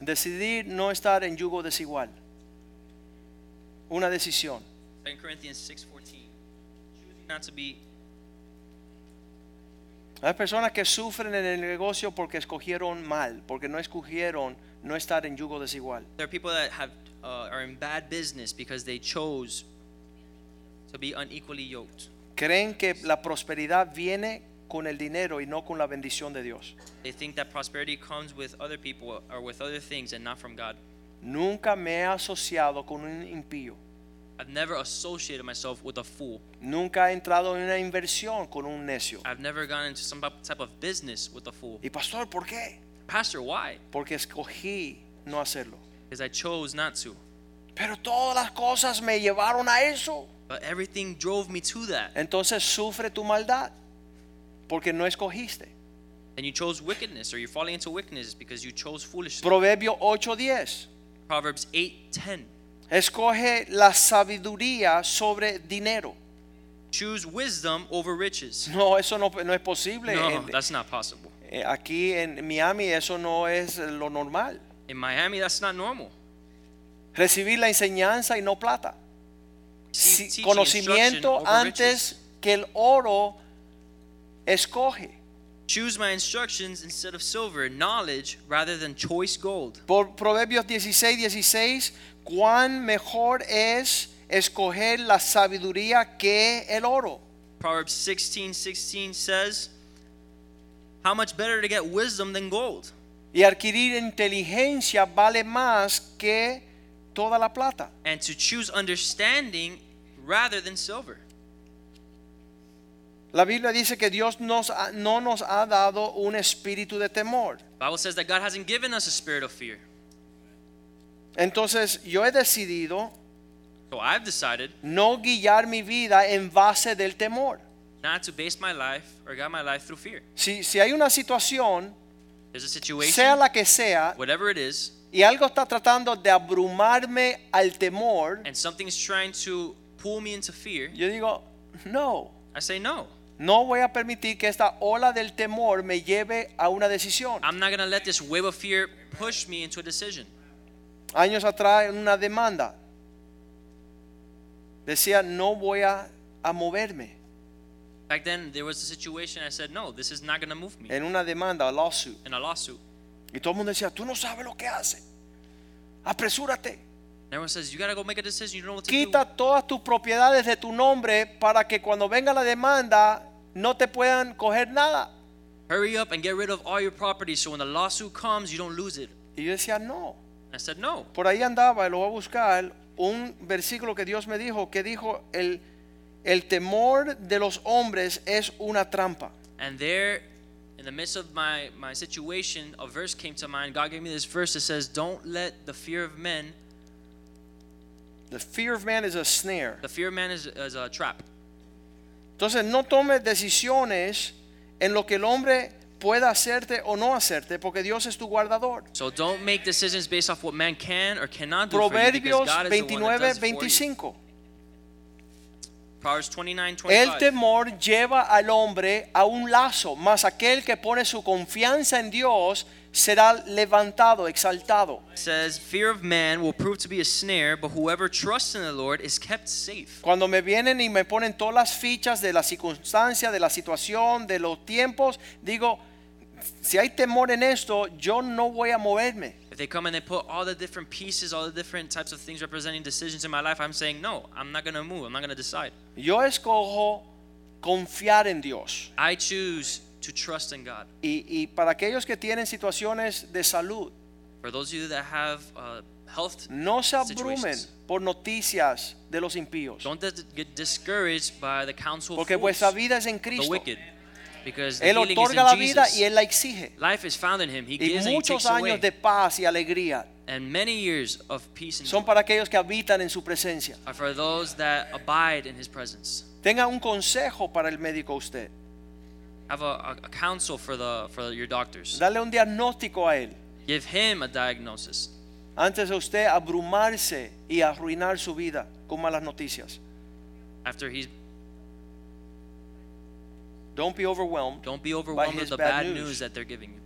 [SPEAKER 2] Decidir no estar en yugo desigual. Una decisión.
[SPEAKER 3] 2 Corinthians 6:14. Choosing not to be
[SPEAKER 2] Hay personas que sufren en el negocio porque escogieron mal, porque no escogieron no estar en yugo desigual.
[SPEAKER 3] There are people that have uh, are in bad business because they chose to be unequally yoked.
[SPEAKER 2] Creen que la prosperidad viene con el dinero y no con la bendición de Dios.
[SPEAKER 3] They think that prosperity comes with other people or with other things and not from God.
[SPEAKER 2] Nunca me he asociado con un impío.
[SPEAKER 3] I've never associated myself with a fool.
[SPEAKER 2] Nunca he entrado en una inversión con un necio.
[SPEAKER 3] I've never gone into some type of business with a fool.
[SPEAKER 2] Y pastor, ¿por qué?
[SPEAKER 3] Pastor, why?
[SPEAKER 2] Porque escogí no hacerlo.
[SPEAKER 3] Because I chose not to.
[SPEAKER 2] Pero todas las cosas me llevaron a eso.
[SPEAKER 3] But everything drove me to that.
[SPEAKER 2] Entonces sufre tu maldad porque no escogiste.
[SPEAKER 3] And you chose wickedness or you're falling into wickedness because you chose foolishness.
[SPEAKER 2] Proverbio 8:10.
[SPEAKER 3] Proverbs 8:10.
[SPEAKER 2] Escoge la sabiduría sobre dinero.
[SPEAKER 3] Choose wisdom over riches.
[SPEAKER 2] No, eso no, no es posible.
[SPEAKER 3] No,
[SPEAKER 2] En-
[SPEAKER 3] that's not possible.
[SPEAKER 2] eh, aquí en Miami eso no es lo normal.
[SPEAKER 3] In Miami, that's not normal.
[SPEAKER 2] Recibir la enseñanza y no plata. Si-
[SPEAKER 3] Teaching instruction
[SPEAKER 2] conocimiento
[SPEAKER 3] over
[SPEAKER 2] antes que el oro escoge.
[SPEAKER 3] riches. Choose my instructions instead of silver, knowledge rather than choice gold.
[SPEAKER 2] Por Proverbios 16, 16, cuán mejor es escoger la sabiduría que el oro.
[SPEAKER 3] Proverbs 16:16 says, How much better to get wisdom than gold?
[SPEAKER 2] Y adquirir inteligencia vale más que toda la plata.
[SPEAKER 3] And to choose understanding rather than silver.
[SPEAKER 2] La Biblia dice que Dios nos ha- no nos ha dado un espíritu de temor.
[SPEAKER 3] Bible says that God hasn't given us a spirit of fear.
[SPEAKER 2] Entonces yo he decidido
[SPEAKER 3] So I've decided
[SPEAKER 2] no guiar mi vida en base del temor.
[SPEAKER 3] not to base my life or guide my life through fear.
[SPEAKER 2] Si, si hay una situación,
[SPEAKER 3] There's a situation,
[SPEAKER 2] sea la que sea,
[SPEAKER 3] whatever it is,
[SPEAKER 2] y algo está tratando de abrumarme al temor,
[SPEAKER 3] and something's trying to pull me into fear,
[SPEAKER 2] yo digo, no,
[SPEAKER 3] I say no.
[SPEAKER 2] no voy a permitir que esta ola del temor me lleve a una decisión.
[SPEAKER 3] I'm not gonna let this wave of fear push me into a decision.
[SPEAKER 2] Años atrás en una demanda decía, no voy a, a moverme
[SPEAKER 3] Back then, there was a situation I said, no, this is not gonna move me.
[SPEAKER 2] en una demanda, a lawsuit.
[SPEAKER 3] In a lawsuit,
[SPEAKER 2] Y todo el mundo decía, tú no sabes lo que hace. Apresúrate.
[SPEAKER 3] and everyone says you gotta go make a decision. You don't know what to do.
[SPEAKER 2] Quita todas tus propiedades de tu nombre para que cuando venga la demanda no te puedan coger nada.
[SPEAKER 3] Hurry up and get rid of all your property, so when the lawsuit comes, you don't lose it.
[SPEAKER 2] Y yo decía, no.
[SPEAKER 3] And I said no.
[SPEAKER 2] Por ahí andaba, lo voy a buscar, un versículo que Dios me dijo, que dijo, el, el temor de los hombres es una trampa.
[SPEAKER 3] And there, in the midst of my, my situation, a verse came to mind. God gave me this verse that says, Don't let the fear of men,
[SPEAKER 2] The fear of man is a snare.
[SPEAKER 3] the fear of man is, is a trap.
[SPEAKER 2] Entonces no tomes decisiones en lo que el hombre pueda hacerte o no hacerte, porque Dios es tu guardador.
[SPEAKER 3] So don't make decisions based off what man can or cannot do. for you,
[SPEAKER 2] Proverbios
[SPEAKER 3] because God is the
[SPEAKER 2] 29,
[SPEAKER 3] one that does it for you.
[SPEAKER 2] 25.
[SPEAKER 3] Proverbs 29,
[SPEAKER 2] El
[SPEAKER 3] 25.
[SPEAKER 2] temor lleva al hombre a un lazo, mas aquel que pone su confianza en Dios será levantado, exaltado.
[SPEAKER 3] says, Fear of man will prove to be a snare, but whoever trusts in the Lord is kept safe.
[SPEAKER 2] Cuando me vienen y me ponen todas las fichas de la circunstancia, de la situación, de los tiempos, digo, si hay temor en esto, yo no voy a moverme.
[SPEAKER 3] If they come and they put all the different pieces, all the different types of things representing decisions in my life, I'm saying, No, I'm not going to move. I'm not going to decide.
[SPEAKER 2] Yo escojo confiar en Dios.
[SPEAKER 3] I choose to trust in God.
[SPEAKER 2] Y, y para aquellos que tienen situaciones de salud,
[SPEAKER 3] For those of you that have uh, health,
[SPEAKER 2] no se abrumen
[SPEAKER 3] Situations.
[SPEAKER 2] por noticias de los impíos,
[SPEAKER 3] don't dis- get discouraged by the counsel of
[SPEAKER 2] porque
[SPEAKER 3] fools,
[SPEAKER 2] vuestra vida es en
[SPEAKER 3] the
[SPEAKER 2] Cristo.
[SPEAKER 3] wicked, because the
[SPEAKER 2] Él
[SPEAKER 3] healing is
[SPEAKER 2] otorga
[SPEAKER 3] in
[SPEAKER 2] la vida
[SPEAKER 3] Jesus.
[SPEAKER 2] y Él la exige.
[SPEAKER 3] Life is found in Him. He
[SPEAKER 2] Y
[SPEAKER 3] gives and He
[SPEAKER 2] muchos
[SPEAKER 3] takes
[SPEAKER 2] años
[SPEAKER 3] away. Mm.
[SPEAKER 2] de paz y alegría
[SPEAKER 3] And many years of peace and
[SPEAKER 2] son para aquellos que habitan en su presencia.
[SPEAKER 3] are for those that abide in His presence.
[SPEAKER 2] Tenga un consejo para el médico usted.
[SPEAKER 3] Have a, a, a counsel for the for your doctors.
[SPEAKER 2] Dale un diagnóstico a él
[SPEAKER 3] Give him a diagnosis
[SPEAKER 2] antes de usted abrumarse y arruinar su vida con malas noticias.
[SPEAKER 3] after he's.
[SPEAKER 2] Don't be overwhelmed
[SPEAKER 3] Don't be overwhelmed
[SPEAKER 2] his
[SPEAKER 3] with the
[SPEAKER 2] bad
[SPEAKER 3] bad
[SPEAKER 2] news.
[SPEAKER 3] news that they're giving you,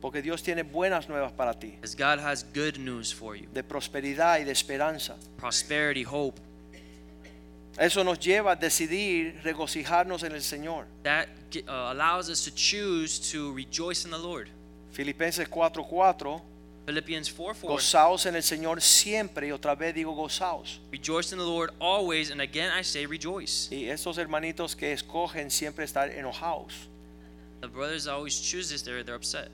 [SPEAKER 2] porque Dios tiene buenas nuevas para ti,
[SPEAKER 3] because God has good news for you:
[SPEAKER 2] de prosperidad y de esperanza.
[SPEAKER 3] prosperity, hope.
[SPEAKER 2] Eso nos lleva a decidir regocijarnos en el Señor.
[SPEAKER 3] That ge- uh, allows us to choose to rejoice in the Lord.
[SPEAKER 2] Filipenses 4:4,
[SPEAKER 3] Philippians 4
[SPEAKER 2] Pues-
[SPEAKER 3] 4.
[SPEAKER 2] gozaos en el Señor siempre y otra vez digo gozaos.
[SPEAKER 3] Rejoice in the Lord always, and again I say rejoice.
[SPEAKER 2] Y estos hermanitos que escogen siempre estar enojados,
[SPEAKER 3] The brothers always choose this, they're, they're upset.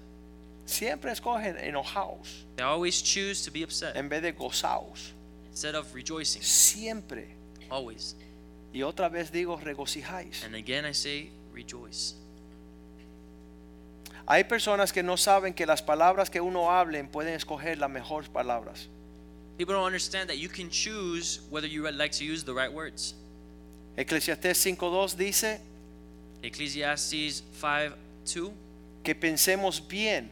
[SPEAKER 2] siempre escogen enojados
[SPEAKER 3] They always choose to be upset
[SPEAKER 2] en vez de gozaos,
[SPEAKER 3] instead of rejoicing,
[SPEAKER 2] siempre.
[SPEAKER 3] always.
[SPEAKER 2] Y otra vez digo regocijáis.
[SPEAKER 3] And again I say rejoice.
[SPEAKER 2] Hay personas que no saben que las palabras que uno hablen pueden escoger las mejores palabras.
[SPEAKER 3] People don't understand that you can choose whether you would like to use the right words.
[SPEAKER 2] Eclesiastés 5:2 dice
[SPEAKER 3] Ecclesiastes 5 2.
[SPEAKER 2] que pensemos bien,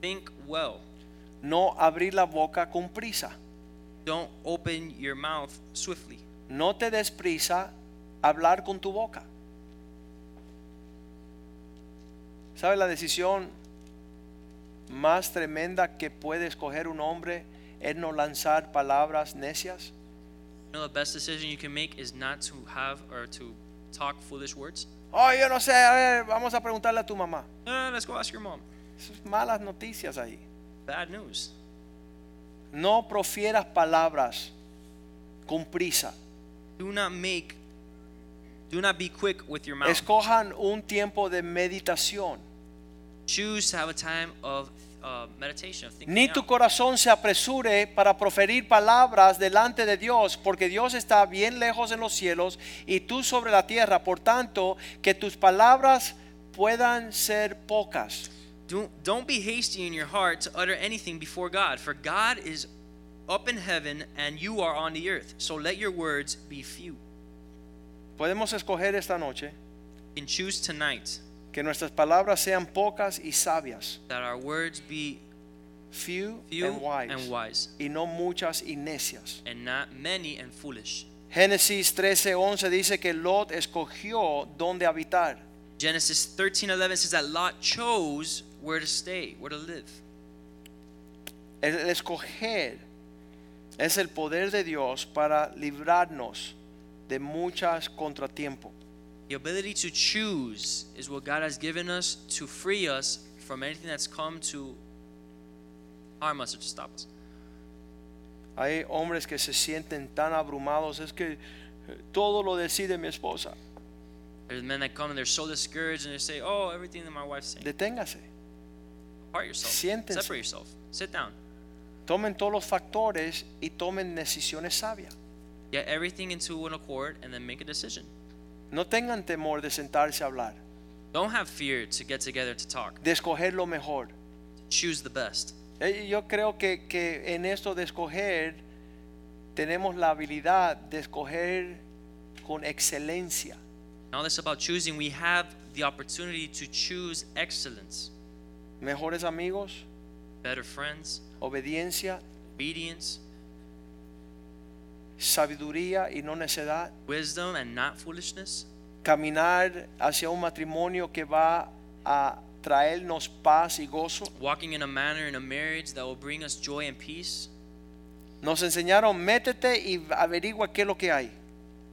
[SPEAKER 3] Think well.
[SPEAKER 2] no abrir la boca con prisa.
[SPEAKER 3] Don't open your mouth swiftly.
[SPEAKER 2] No te des prisa hablar con tu boca. ¿Sabes la decisión más tremenda que puede escoger un hombre es no lanzar palabras necias?
[SPEAKER 3] You know, the best decision you can make is not to have or to talk foolish words.
[SPEAKER 2] Oh, yo no sé, a ver, vamos a preguntarle a tu mamá.
[SPEAKER 3] Eh, let's go ask your mom.
[SPEAKER 2] Esas malas noticias ahí.
[SPEAKER 3] Bad news.
[SPEAKER 2] No profieras palabras con prisa.
[SPEAKER 3] Do not make, do not be quick with your mouth.
[SPEAKER 2] Escojan un tiempo de meditación.
[SPEAKER 3] Choose to have a time of uh, meditation, of thinking.
[SPEAKER 2] Ni
[SPEAKER 3] out.
[SPEAKER 2] tu corazón se apresure para proferir palabras delante de Dios, porque Dios está bien lejos en los cielos y tú sobre la tierra. Por tanto, que tus palabras puedan ser pocas.
[SPEAKER 3] Don't, don't be hasty in your heart to utter anything before God, for God is up in heaven and you are on the earth. So let your words be few.
[SPEAKER 2] Podemos escoger esta noche
[SPEAKER 3] And choose tonight
[SPEAKER 2] que nuestras palabras sean pocas y sabias.
[SPEAKER 3] that our words be
[SPEAKER 2] Few,
[SPEAKER 3] few
[SPEAKER 2] and wise.
[SPEAKER 3] and wise,
[SPEAKER 2] Y no muchas y necias.
[SPEAKER 3] and not many and foolish.
[SPEAKER 2] Génesis 13:11 dice que Lot escogió dónde habitar.
[SPEAKER 3] Genesis 13:11 says that Lot chose where to stay, where to live.
[SPEAKER 2] El, el escoger es el poder de Dios para librarnos de muchas contratiempos.
[SPEAKER 3] The ability to choose is what God has given us to free us from anything that's come to harm us or to stop us.
[SPEAKER 2] Hay hombres que se sienten tan abrumados, es que eh, todo lo decide mi esposa.
[SPEAKER 3] There's men that come and they're so discouraged and they say, "Oh, everything that my wife's saying."
[SPEAKER 2] Deténgase.
[SPEAKER 3] Apart yourself.
[SPEAKER 2] Siéntense.
[SPEAKER 3] Separate yourself. Sit down.
[SPEAKER 2] Tomen todos los factores y tomen decisiones sabias.
[SPEAKER 3] Get everything into an accord and then make a decision.
[SPEAKER 2] No tengan temor de sentarse a hablar,
[SPEAKER 3] Don't have fear to get together to talk.
[SPEAKER 2] de escoger lo mejor.
[SPEAKER 3] Choose the best.
[SPEAKER 2] Eh, Yo creo que, que en esto de escoger tenemos la habilidad de escoger con excelencia.
[SPEAKER 3] And all this about choosing, we have the opportunity to choose excellence,
[SPEAKER 2] Mejores amigos,
[SPEAKER 3] better friends,
[SPEAKER 2] obediencia,
[SPEAKER 3] obedience,
[SPEAKER 2] sabiduría y no necedad.
[SPEAKER 3] wisdom, and not foolishness.
[SPEAKER 2] Caminar hacia un matrimonio que va a traernos paz y gozo.
[SPEAKER 3] Walking in a manner in a marriage that will bring us joy and peace.
[SPEAKER 2] Nos enseñaron, métete y averigua qué es lo que hay.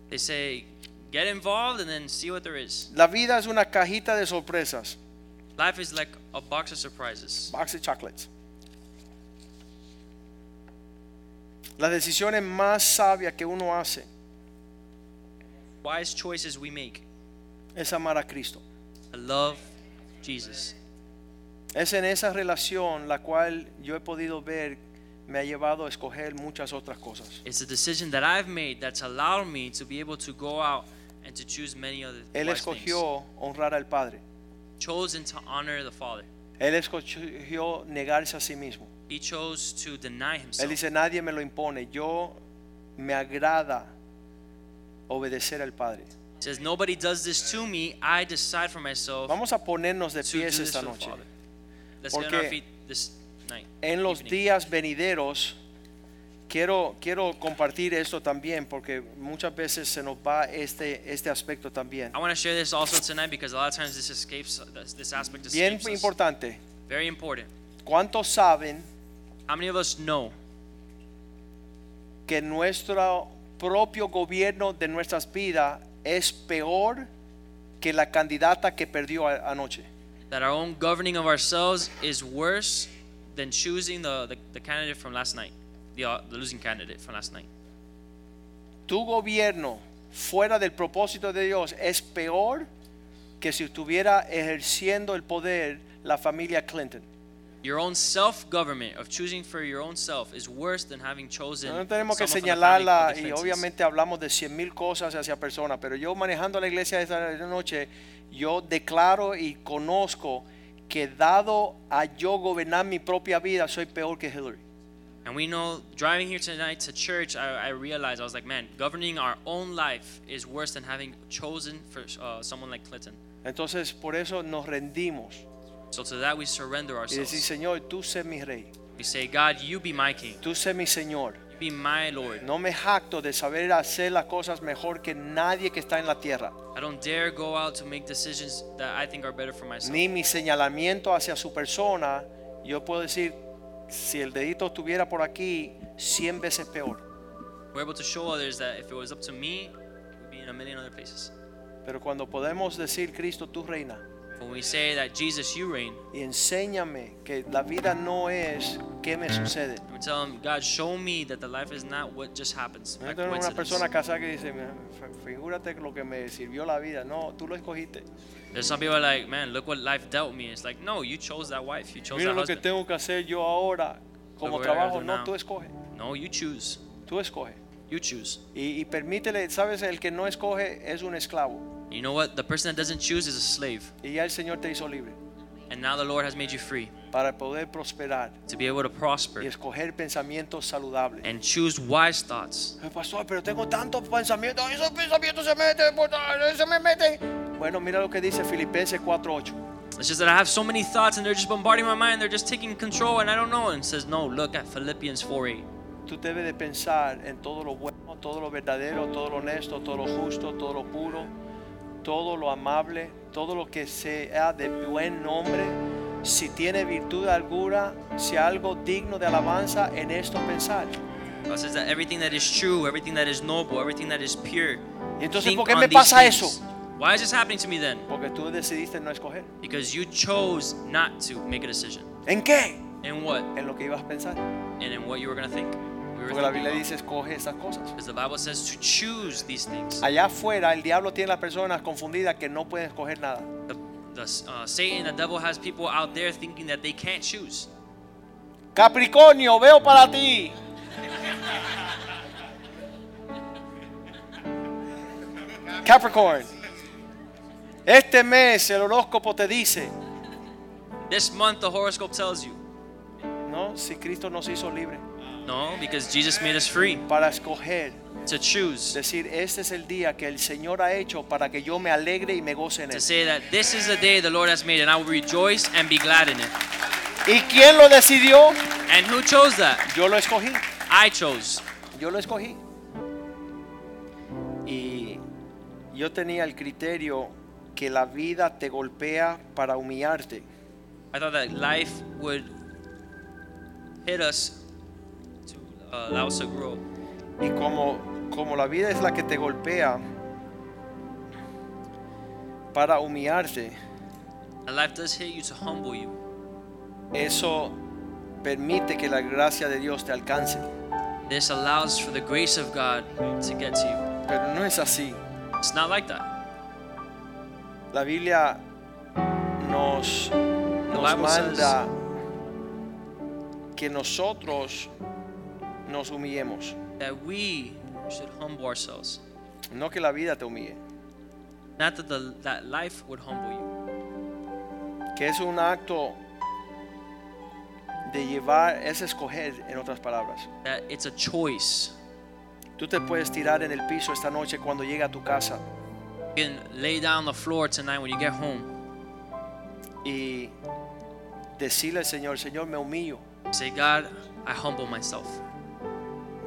[SPEAKER 3] They say, get involved and then see what there is.
[SPEAKER 2] La vida es una cajita de sorpresas.
[SPEAKER 3] Life is like a box of surprises.
[SPEAKER 2] Box of chocolates. Las decisiones más sabias que uno hace
[SPEAKER 3] Wise choices we make.
[SPEAKER 2] es amar a Cristo.
[SPEAKER 3] I love Jesus.
[SPEAKER 2] Es en esa relación la cual yo he podido ver me ha llevado a escoger muchas otras cosas.
[SPEAKER 3] It's a decision that I've made that's allowed me to be able to go out and to choose many other
[SPEAKER 2] Él
[SPEAKER 3] large
[SPEAKER 2] escogió
[SPEAKER 3] things.
[SPEAKER 2] honrar al Padre.
[SPEAKER 3] Chosen to honor the Father.
[SPEAKER 2] Él escogió negarse a sí mismo.
[SPEAKER 3] He chose to deny
[SPEAKER 2] Él
[SPEAKER 3] himself.
[SPEAKER 2] dice, nadie me lo impone. Yo me agrada obedecer al Padre.
[SPEAKER 3] He says, Nobody does this to me. I decide for myself
[SPEAKER 2] Vamos a ponernos de
[SPEAKER 3] to do
[SPEAKER 2] pies
[SPEAKER 3] this
[SPEAKER 2] esta
[SPEAKER 3] to the
[SPEAKER 2] noche.
[SPEAKER 3] Father. Let's get on our
[SPEAKER 2] Porque
[SPEAKER 3] feet this night.
[SPEAKER 2] En los
[SPEAKER 3] evening.
[SPEAKER 2] días venideros, quiero, quiero compartir esto también, porque muchas veces se nos va este, este aspecto también.
[SPEAKER 3] I want to share this also tonight because a lot of times this escapes this, this aspect
[SPEAKER 2] Bien
[SPEAKER 3] escapes us.
[SPEAKER 2] importante,
[SPEAKER 3] Very important.
[SPEAKER 2] ¿cuántos saben
[SPEAKER 3] How many of us know
[SPEAKER 2] que nuestro propio gobierno de nuestras vidas es peor que la candidata que perdió a- anoche?
[SPEAKER 3] that our own governing of ourselves is worse than choosing the, the, the candidate from last night, the, uh, the losing candidate from last night?
[SPEAKER 2] Tu gobierno fuera del propósito de Dios es peor que si estuviera ejerciendo el poder la familia Clinton.
[SPEAKER 3] Your own self government of choosing for your own self is worse than having chosen.
[SPEAKER 2] No tenemos que
[SPEAKER 3] someone from the family
[SPEAKER 2] señalarla
[SPEAKER 3] called
[SPEAKER 2] y
[SPEAKER 3] defenses.
[SPEAKER 2] obviamente hablamos de cien mil cosas hacia personas, pero yo manejando la iglesia esta noche, yo declaro y conozco que dado a yo gobernar mi propia vida, soy peor que Hillary.
[SPEAKER 3] And we know driving here tonight to church, I, I realized I was like, man, governing our own life is worse than having chosen for uh, someone like Clinton.
[SPEAKER 2] Entonces por eso nos rendimos
[SPEAKER 3] So to that we surrender
[SPEAKER 2] y
[SPEAKER 3] ourselves.
[SPEAKER 2] decir, Señor, tú sé mi rey,
[SPEAKER 3] We say, God, you be my king,
[SPEAKER 2] tú sé mi Señor.
[SPEAKER 3] you be my Lord.
[SPEAKER 2] No me jacto de saber hacer las cosas mejor que nadie que está en la tierra,
[SPEAKER 3] I don't dare go out to make decisions that I think are better for myself.
[SPEAKER 2] ni mi señalamiento hacia su persona. Yo puedo decir, si el dedito estuviera por aquí, 100 veces peor.
[SPEAKER 3] We're able to show others that if it was up to me, we'd be in a million other places.
[SPEAKER 2] Pero cuando podemos decir, Cristo, tú reina,
[SPEAKER 3] When we say that Jesus, you reign,
[SPEAKER 2] y enséñame que la vida no es qué me sucede.
[SPEAKER 3] and we tell him, God, show me that the life is not what just happens.
[SPEAKER 2] No
[SPEAKER 3] by
[SPEAKER 2] tengo una
[SPEAKER 3] coincidence."
[SPEAKER 2] persona casada que dice, "Mira, fi- figúrate lo que me sirvió la vida. No, tú lo escogiste.
[SPEAKER 3] There's some people like, man, look what life dealt me. It's like, no, you chose that wife, you chose
[SPEAKER 2] Mira
[SPEAKER 3] that
[SPEAKER 2] lo que
[SPEAKER 3] husband.
[SPEAKER 2] tengo que hacer yo ahora como
[SPEAKER 3] Look what I gotta
[SPEAKER 2] trabajo.
[SPEAKER 3] do
[SPEAKER 2] No,
[SPEAKER 3] now.
[SPEAKER 2] tú escoges.
[SPEAKER 3] No, you choose,
[SPEAKER 2] Tú escoges.
[SPEAKER 3] you choose.
[SPEAKER 2] Y, y permítele, sabes, el que no escoge es un esclavo.
[SPEAKER 3] You know what? The person that doesn't choose is a slave,
[SPEAKER 2] Y ya el Señor te hizo libre
[SPEAKER 3] and now the Lord has made you free
[SPEAKER 2] para poder prosperar
[SPEAKER 3] to be able to prosper
[SPEAKER 2] y escoger pensamientos saludables.
[SPEAKER 3] and choose wise thoughts.
[SPEAKER 2] Ay, Pastor, pero tengo tantos pensamientos. Ay, Esos pensamientos se meten, por- ay, se me meten. Bueno, mira lo que dice Filipenses 4:8.
[SPEAKER 3] It's just that I have so many thoughts and they're just bombarding my mind. They're just taking control and I don't know. And it says, no, look at Philippians 4 8.
[SPEAKER 2] Tú debes de pensar en todo lo bueno, todo lo verdadero, todo lo honesto, todo lo justo, todo lo puro, todo lo amable, todo lo que sea de buen nombre. Si tiene virtud alguna, si algo digno de alabanza, en esto pensar.
[SPEAKER 3] It says that everything that is true, everything that is noble, everything that is pure.
[SPEAKER 2] Y entonces,
[SPEAKER 3] think
[SPEAKER 2] ¿por qué
[SPEAKER 3] on
[SPEAKER 2] me
[SPEAKER 3] these
[SPEAKER 2] pasa
[SPEAKER 3] things.
[SPEAKER 2] eso?
[SPEAKER 3] Why is this happening to me then?
[SPEAKER 2] Porque tú decidiste no escoger.
[SPEAKER 3] Because you chose not to make a decision.
[SPEAKER 2] ¿En qué?
[SPEAKER 3] In what?
[SPEAKER 2] En lo que ibas a pensar.
[SPEAKER 3] And in what you were going to think. We were
[SPEAKER 2] Porque la
[SPEAKER 3] thinking
[SPEAKER 2] Biblia
[SPEAKER 3] about-
[SPEAKER 2] dice, escoge estas cosas.
[SPEAKER 3] Because the Bible says to choose these things.
[SPEAKER 2] Allá afuera el diablo tiene a las personas confundidas que no pueden escoger nada.
[SPEAKER 3] The, the, uh, Satan, the devil has people out there thinking that they can't choose.
[SPEAKER 2] Capricornio, veo para ti. Capricorn. Este mes el horóscopo te dice,
[SPEAKER 3] This month, the horoscope tells you.
[SPEAKER 2] ¿no? Si Cristo nos hizo libre
[SPEAKER 3] No, because Jesus made us free
[SPEAKER 2] para escoger,
[SPEAKER 3] to choose.
[SPEAKER 2] decir, este es el día que el Señor ha hecho para que yo me alegre y me goce en
[SPEAKER 3] to
[SPEAKER 2] él.
[SPEAKER 3] say that this is the day the Lord has made, and I will rejoice and be glad in it.
[SPEAKER 2] ¿Y quién lo decidió?
[SPEAKER 3] And who chose that?
[SPEAKER 2] Yo lo escogí.
[SPEAKER 3] I chose.
[SPEAKER 2] Yo lo escogí. Y yo tenía el criterio que la vida te golpea para humillarte.
[SPEAKER 3] I thought that life would hit us to uh, allow us to grow.
[SPEAKER 2] Y como, como la vida es la que te golpea para humillarte,
[SPEAKER 3] And life does hit you to humble you.
[SPEAKER 2] eso permite que la gracia de Dios te alcance.
[SPEAKER 3] This allows for the grace of God to get to
[SPEAKER 2] Pero no es así.
[SPEAKER 3] you. It's not like that.
[SPEAKER 2] La Biblia nos, nos
[SPEAKER 3] Bible
[SPEAKER 2] manda que nosotros nos humillemos.
[SPEAKER 3] that we should humble ourselves.
[SPEAKER 2] No que la vida te humille.
[SPEAKER 3] Not that the, that life would humble you.
[SPEAKER 2] Que es un acto de llevar, es escoger, en otras palabras.
[SPEAKER 3] That it's a choice.
[SPEAKER 2] Tú te puedes tirar en el piso esta noche cuando llegue a tu casa
[SPEAKER 3] You can lay down on the floor tonight when you get home.
[SPEAKER 2] y decirle al Señor, Señor, me humillo.
[SPEAKER 3] Say, God, I humble myself.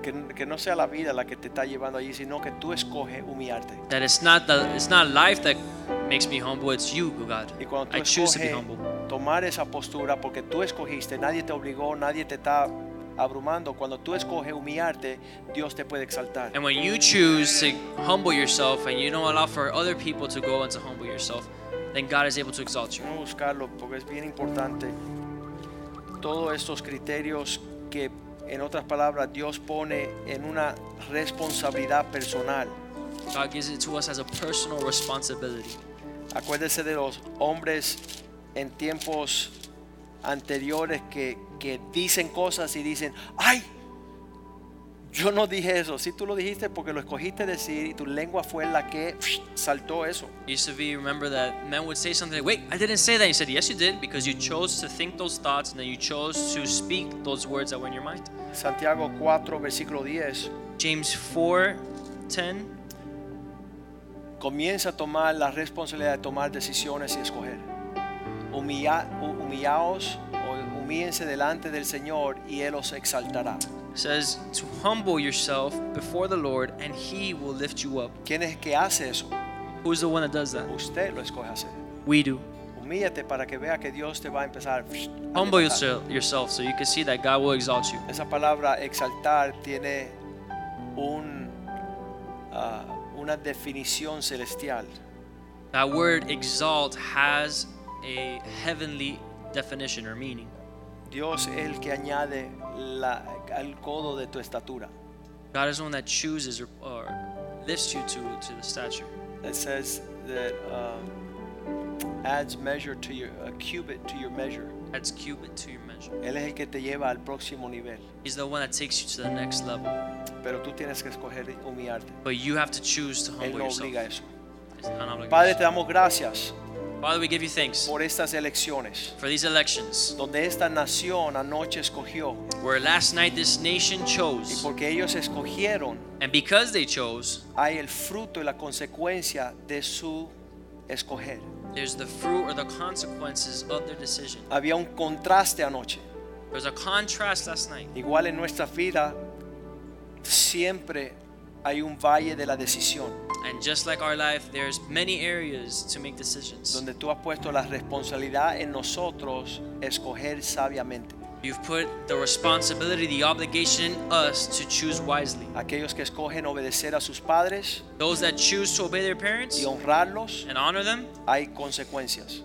[SPEAKER 2] Que, que no sea la vida la que te está llevando allí, sino que tú escoges humillarte.
[SPEAKER 3] That it's not the it's not life that makes me humble. It's you, oh God.
[SPEAKER 2] Y cuando tú
[SPEAKER 3] I choose to be
[SPEAKER 2] escoges
[SPEAKER 3] humble.
[SPEAKER 2] tomar esa postura porque tú escogiste, nadie te obligó, nadie te está abrumando. Cuando tú escoges humillarte, Dios te puede exaltar.
[SPEAKER 3] And when you choose to humble yourself and you don't allow for other people to go and to humble yourself, then God is able to exalt you.
[SPEAKER 2] Vamos a buscarlo porque es bien importante. Todos estos criterios que, en otras palabras, Dios pone en una responsabilidad personal.
[SPEAKER 3] God gives it to us as a personal responsibility.
[SPEAKER 2] Acuérdese de los hombres en tiempos anteriores que, que dicen cosas y dicen, ay, yo no dije eso. Si tú lo dijiste porque lo escogiste decir y tu lengua fue la que saltó eso.
[SPEAKER 3] used to be remember that men would say something like, wait i didn't say that you said yes you did because you chose to think those thoughts and then you chose to speak those words that were in your mind
[SPEAKER 2] Santiago 4, versículo 10,
[SPEAKER 3] james 4 10
[SPEAKER 2] comienza a tomar la responsabilidad de tomar decisiones y escoger. Humilla, hu- humillaos o humíense delante del Señor y Él os exaltará.
[SPEAKER 3] says to humble yourself before the lord and he will lift you up
[SPEAKER 2] ¿Quién es el que hace eso?
[SPEAKER 3] who's the one that does that
[SPEAKER 2] Usted lo escoge hacer.
[SPEAKER 3] we do
[SPEAKER 2] Humíllate para que vea que Dios te va a empezar. a
[SPEAKER 3] humble
[SPEAKER 2] levantar.
[SPEAKER 3] yourself, yourself so you can see that god will exalt you
[SPEAKER 2] Esa palabra exaltar tiene un, ah, una definición celestial.
[SPEAKER 3] that word exalt has a heavenly definition or meaning
[SPEAKER 2] Dios es el que añade la, al codo de tu estatura.
[SPEAKER 3] god is the one that chooses or, or lifts you to, to the stature
[SPEAKER 2] It says that um, adds measure to your a cubit to your measure.
[SPEAKER 3] adds cubit to your measure
[SPEAKER 2] Él es el que te lleva al próximo nivel.
[SPEAKER 3] He's the one that takes you to the next level.
[SPEAKER 2] Pero tú tienes que escoger humillarte.
[SPEAKER 3] But you have to choose to
[SPEAKER 2] Él
[SPEAKER 3] humble
[SPEAKER 2] no
[SPEAKER 3] yourself.
[SPEAKER 2] obliga eso.
[SPEAKER 3] It's not an obligation.
[SPEAKER 2] Padre, te damos gracias
[SPEAKER 3] Father, we give you thanks
[SPEAKER 2] por estas elecciones.
[SPEAKER 3] for these elections,
[SPEAKER 2] donde esta nación anoche escogió
[SPEAKER 3] where last night this nation
[SPEAKER 2] y
[SPEAKER 3] chose.
[SPEAKER 2] porque ellos escogieron
[SPEAKER 3] And because they chose,
[SPEAKER 2] hay el fruto y la consecuencia de su escoger.
[SPEAKER 3] there's the fruit or the consequences of their decision.
[SPEAKER 2] Había un contraste anoche.
[SPEAKER 3] There's a contrast last night.
[SPEAKER 2] Igual en nuestra vida siempre hay un valle de la decisión
[SPEAKER 3] And just like our life, there's many areas to make decisions.
[SPEAKER 2] donde tú has puesto la responsabilidad en nosotros escoger sabiamente.
[SPEAKER 3] You've put the responsibility, the obligation in us to choose wisely.
[SPEAKER 2] Aquellos que escogen obedecer a sus padres
[SPEAKER 3] Those that choose to obey their parents
[SPEAKER 2] y honrarlos,
[SPEAKER 3] and honor them,
[SPEAKER 2] hay consecuencias.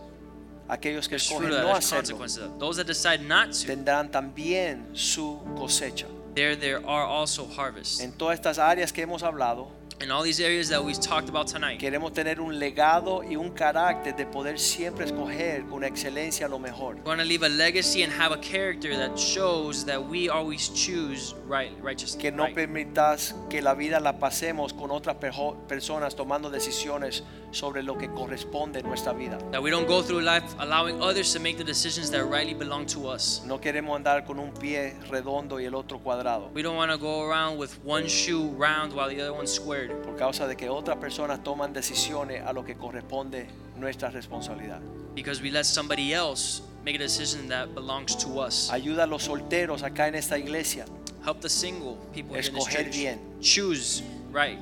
[SPEAKER 2] Aquellos que
[SPEAKER 3] there's fruit
[SPEAKER 2] escogen
[SPEAKER 3] of that,
[SPEAKER 2] no
[SPEAKER 3] there's
[SPEAKER 2] hacerlo,
[SPEAKER 3] consequences of that. Those that decide not to,
[SPEAKER 2] tendrán también su cosecha.
[SPEAKER 3] there there are also harvests
[SPEAKER 2] En todas estas áreas que hemos hablado,
[SPEAKER 3] in all these areas that we talked about tonight
[SPEAKER 2] queremos tener un legado y un carácter de poder siempre escoger con excelencia lo mejor.
[SPEAKER 3] we want to leave a legacy and have a character that shows that we always choose right righteousness
[SPEAKER 2] Que no
[SPEAKER 3] right.
[SPEAKER 2] permitas que la vida la pasemos con otras perjo- personas tomando decisiones sobre lo que corresponde en nuestra vida.
[SPEAKER 3] that we don't go through life allowing others to make the decisions that rightly belong to us
[SPEAKER 2] No queremos andar con un pie redondo y el otro cuadrado
[SPEAKER 3] we don't want to go around with one shoe round while the other one's squared
[SPEAKER 2] por causa de que otras personas toman decisiones a lo que corresponde nuestra responsabilidad.
[SPEAKER 3] because we let somebody else make a decision that belongs to us
[SPEAKER 2] Ayuda a los solteros acá en esta iglesia.
[SPEAKER 3] help the single people here in this
[SPEAKER 2] Escoger
[SPEAKER 3] church
[SPEAKER 2] bien.
[SPEAKER 3] choose right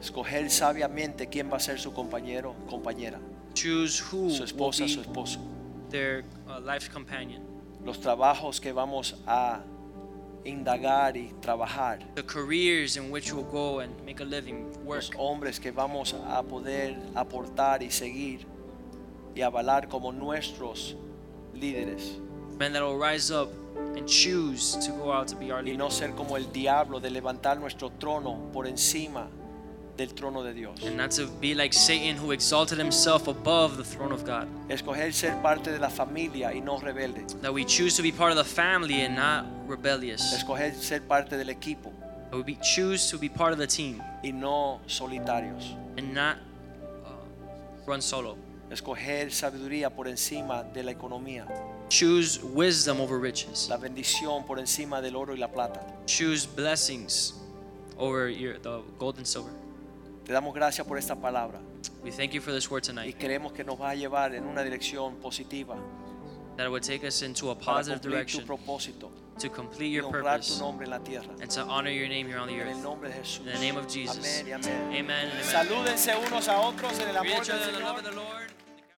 [SPEAKER 2] Escoger sabiamente quién va a ser su compañero, compañera.
[SPEAKER 3] choose who
[SPEAKER 2] su
[SPEAKER 3] will
[SPEAKER 2] esposa, su
[SPEAKER 3] be
[SPEAKER 2] esposo,
[SPEAKER 3] their uh, life companion
[SPEAKER 2] los trabajos que vamos a indagar y trabajar,
[SPEAKER 3] the careers in which we'll go and make a living, work,
[SPEAKER 2] los hombres que vamos a poder aportar y seguir y avalar como nuestros líderes
[SPEAKER 3] men that will rise up and choose to go out to be our
[SPEAKER 2] y
[SPEAKER 3] leader,
[SPEAKER 2] no ser como el diablo de levantar nuestro trono por encima del trono de Dios.
[SPEAKER 3] and not to be like Satan who exalted himself above the throne of God.
[SPEAKER 2] Escoger ser parte de la familia y no rebelde.
[SPEAKER 3] That we choose to be part of the family and not rebellious.
[SPEAKER 2] Escoger ser parte del equipo
[SPEAKER 3] That we be, choose to be part of the team
[SPEAKER 2] y no solitarios.
[SPEAKER 3] and not uh, run solo.
[SPEAKER 2] Escoger sabiduría por encima de la economía.
[SPEAKER 3] Choose wisdom over riches.
[SPEAKER 2] La bendición por encima del oro y la plata.
[SPEAKER 3] Choose blessings over your, the gold and silver.
[SPEAKER 2] Te damos gracias por esta palabra
[SPEAKER 3] We thank you for this word
[SPEAKER 2] y
[SPEAKER 3] tonight
[SPEAKER 2] creemos que nos va a llevar en una dirección positiva
[SPEAKER 3] that it would take us into a
[SPEAKER 2] para
[SPEAKER 3] positive
[SPEAKER 2] cumplir tu
[SPEAKER 3] direction
[SPEAKER 2] propósito
[SPEAKER 3] to complete
[SPEAKER 2] y
[SPEAKER 3] your
[SPEAKER 2] honrar tu
[SPEAKER 3] purpose
[SPEAKER 2] nombre en la tierra.
[SPEAKER 3] and to honor your name here on the
[SPEAKER 2] En el
[SPEAKER 3] earth.
[SPEAKER 2] nombre de Jesús.
[SPEAKER 3] In the name of Jesus.
[SPEAKER 2] Amén y amén.
[SPEAKER 3] Amen and amen.
[SPEAKER 2] Salúdense unos a otros en el
[SPEAKER 3] Greet
[SPEAKER 2] amor
[SPEAKER 3] each other
[SPEAKER 2] del
[SPEAKER 3] in the love
[SPEAKER 2] Señor.
[SPEAKER 3] of the Lord.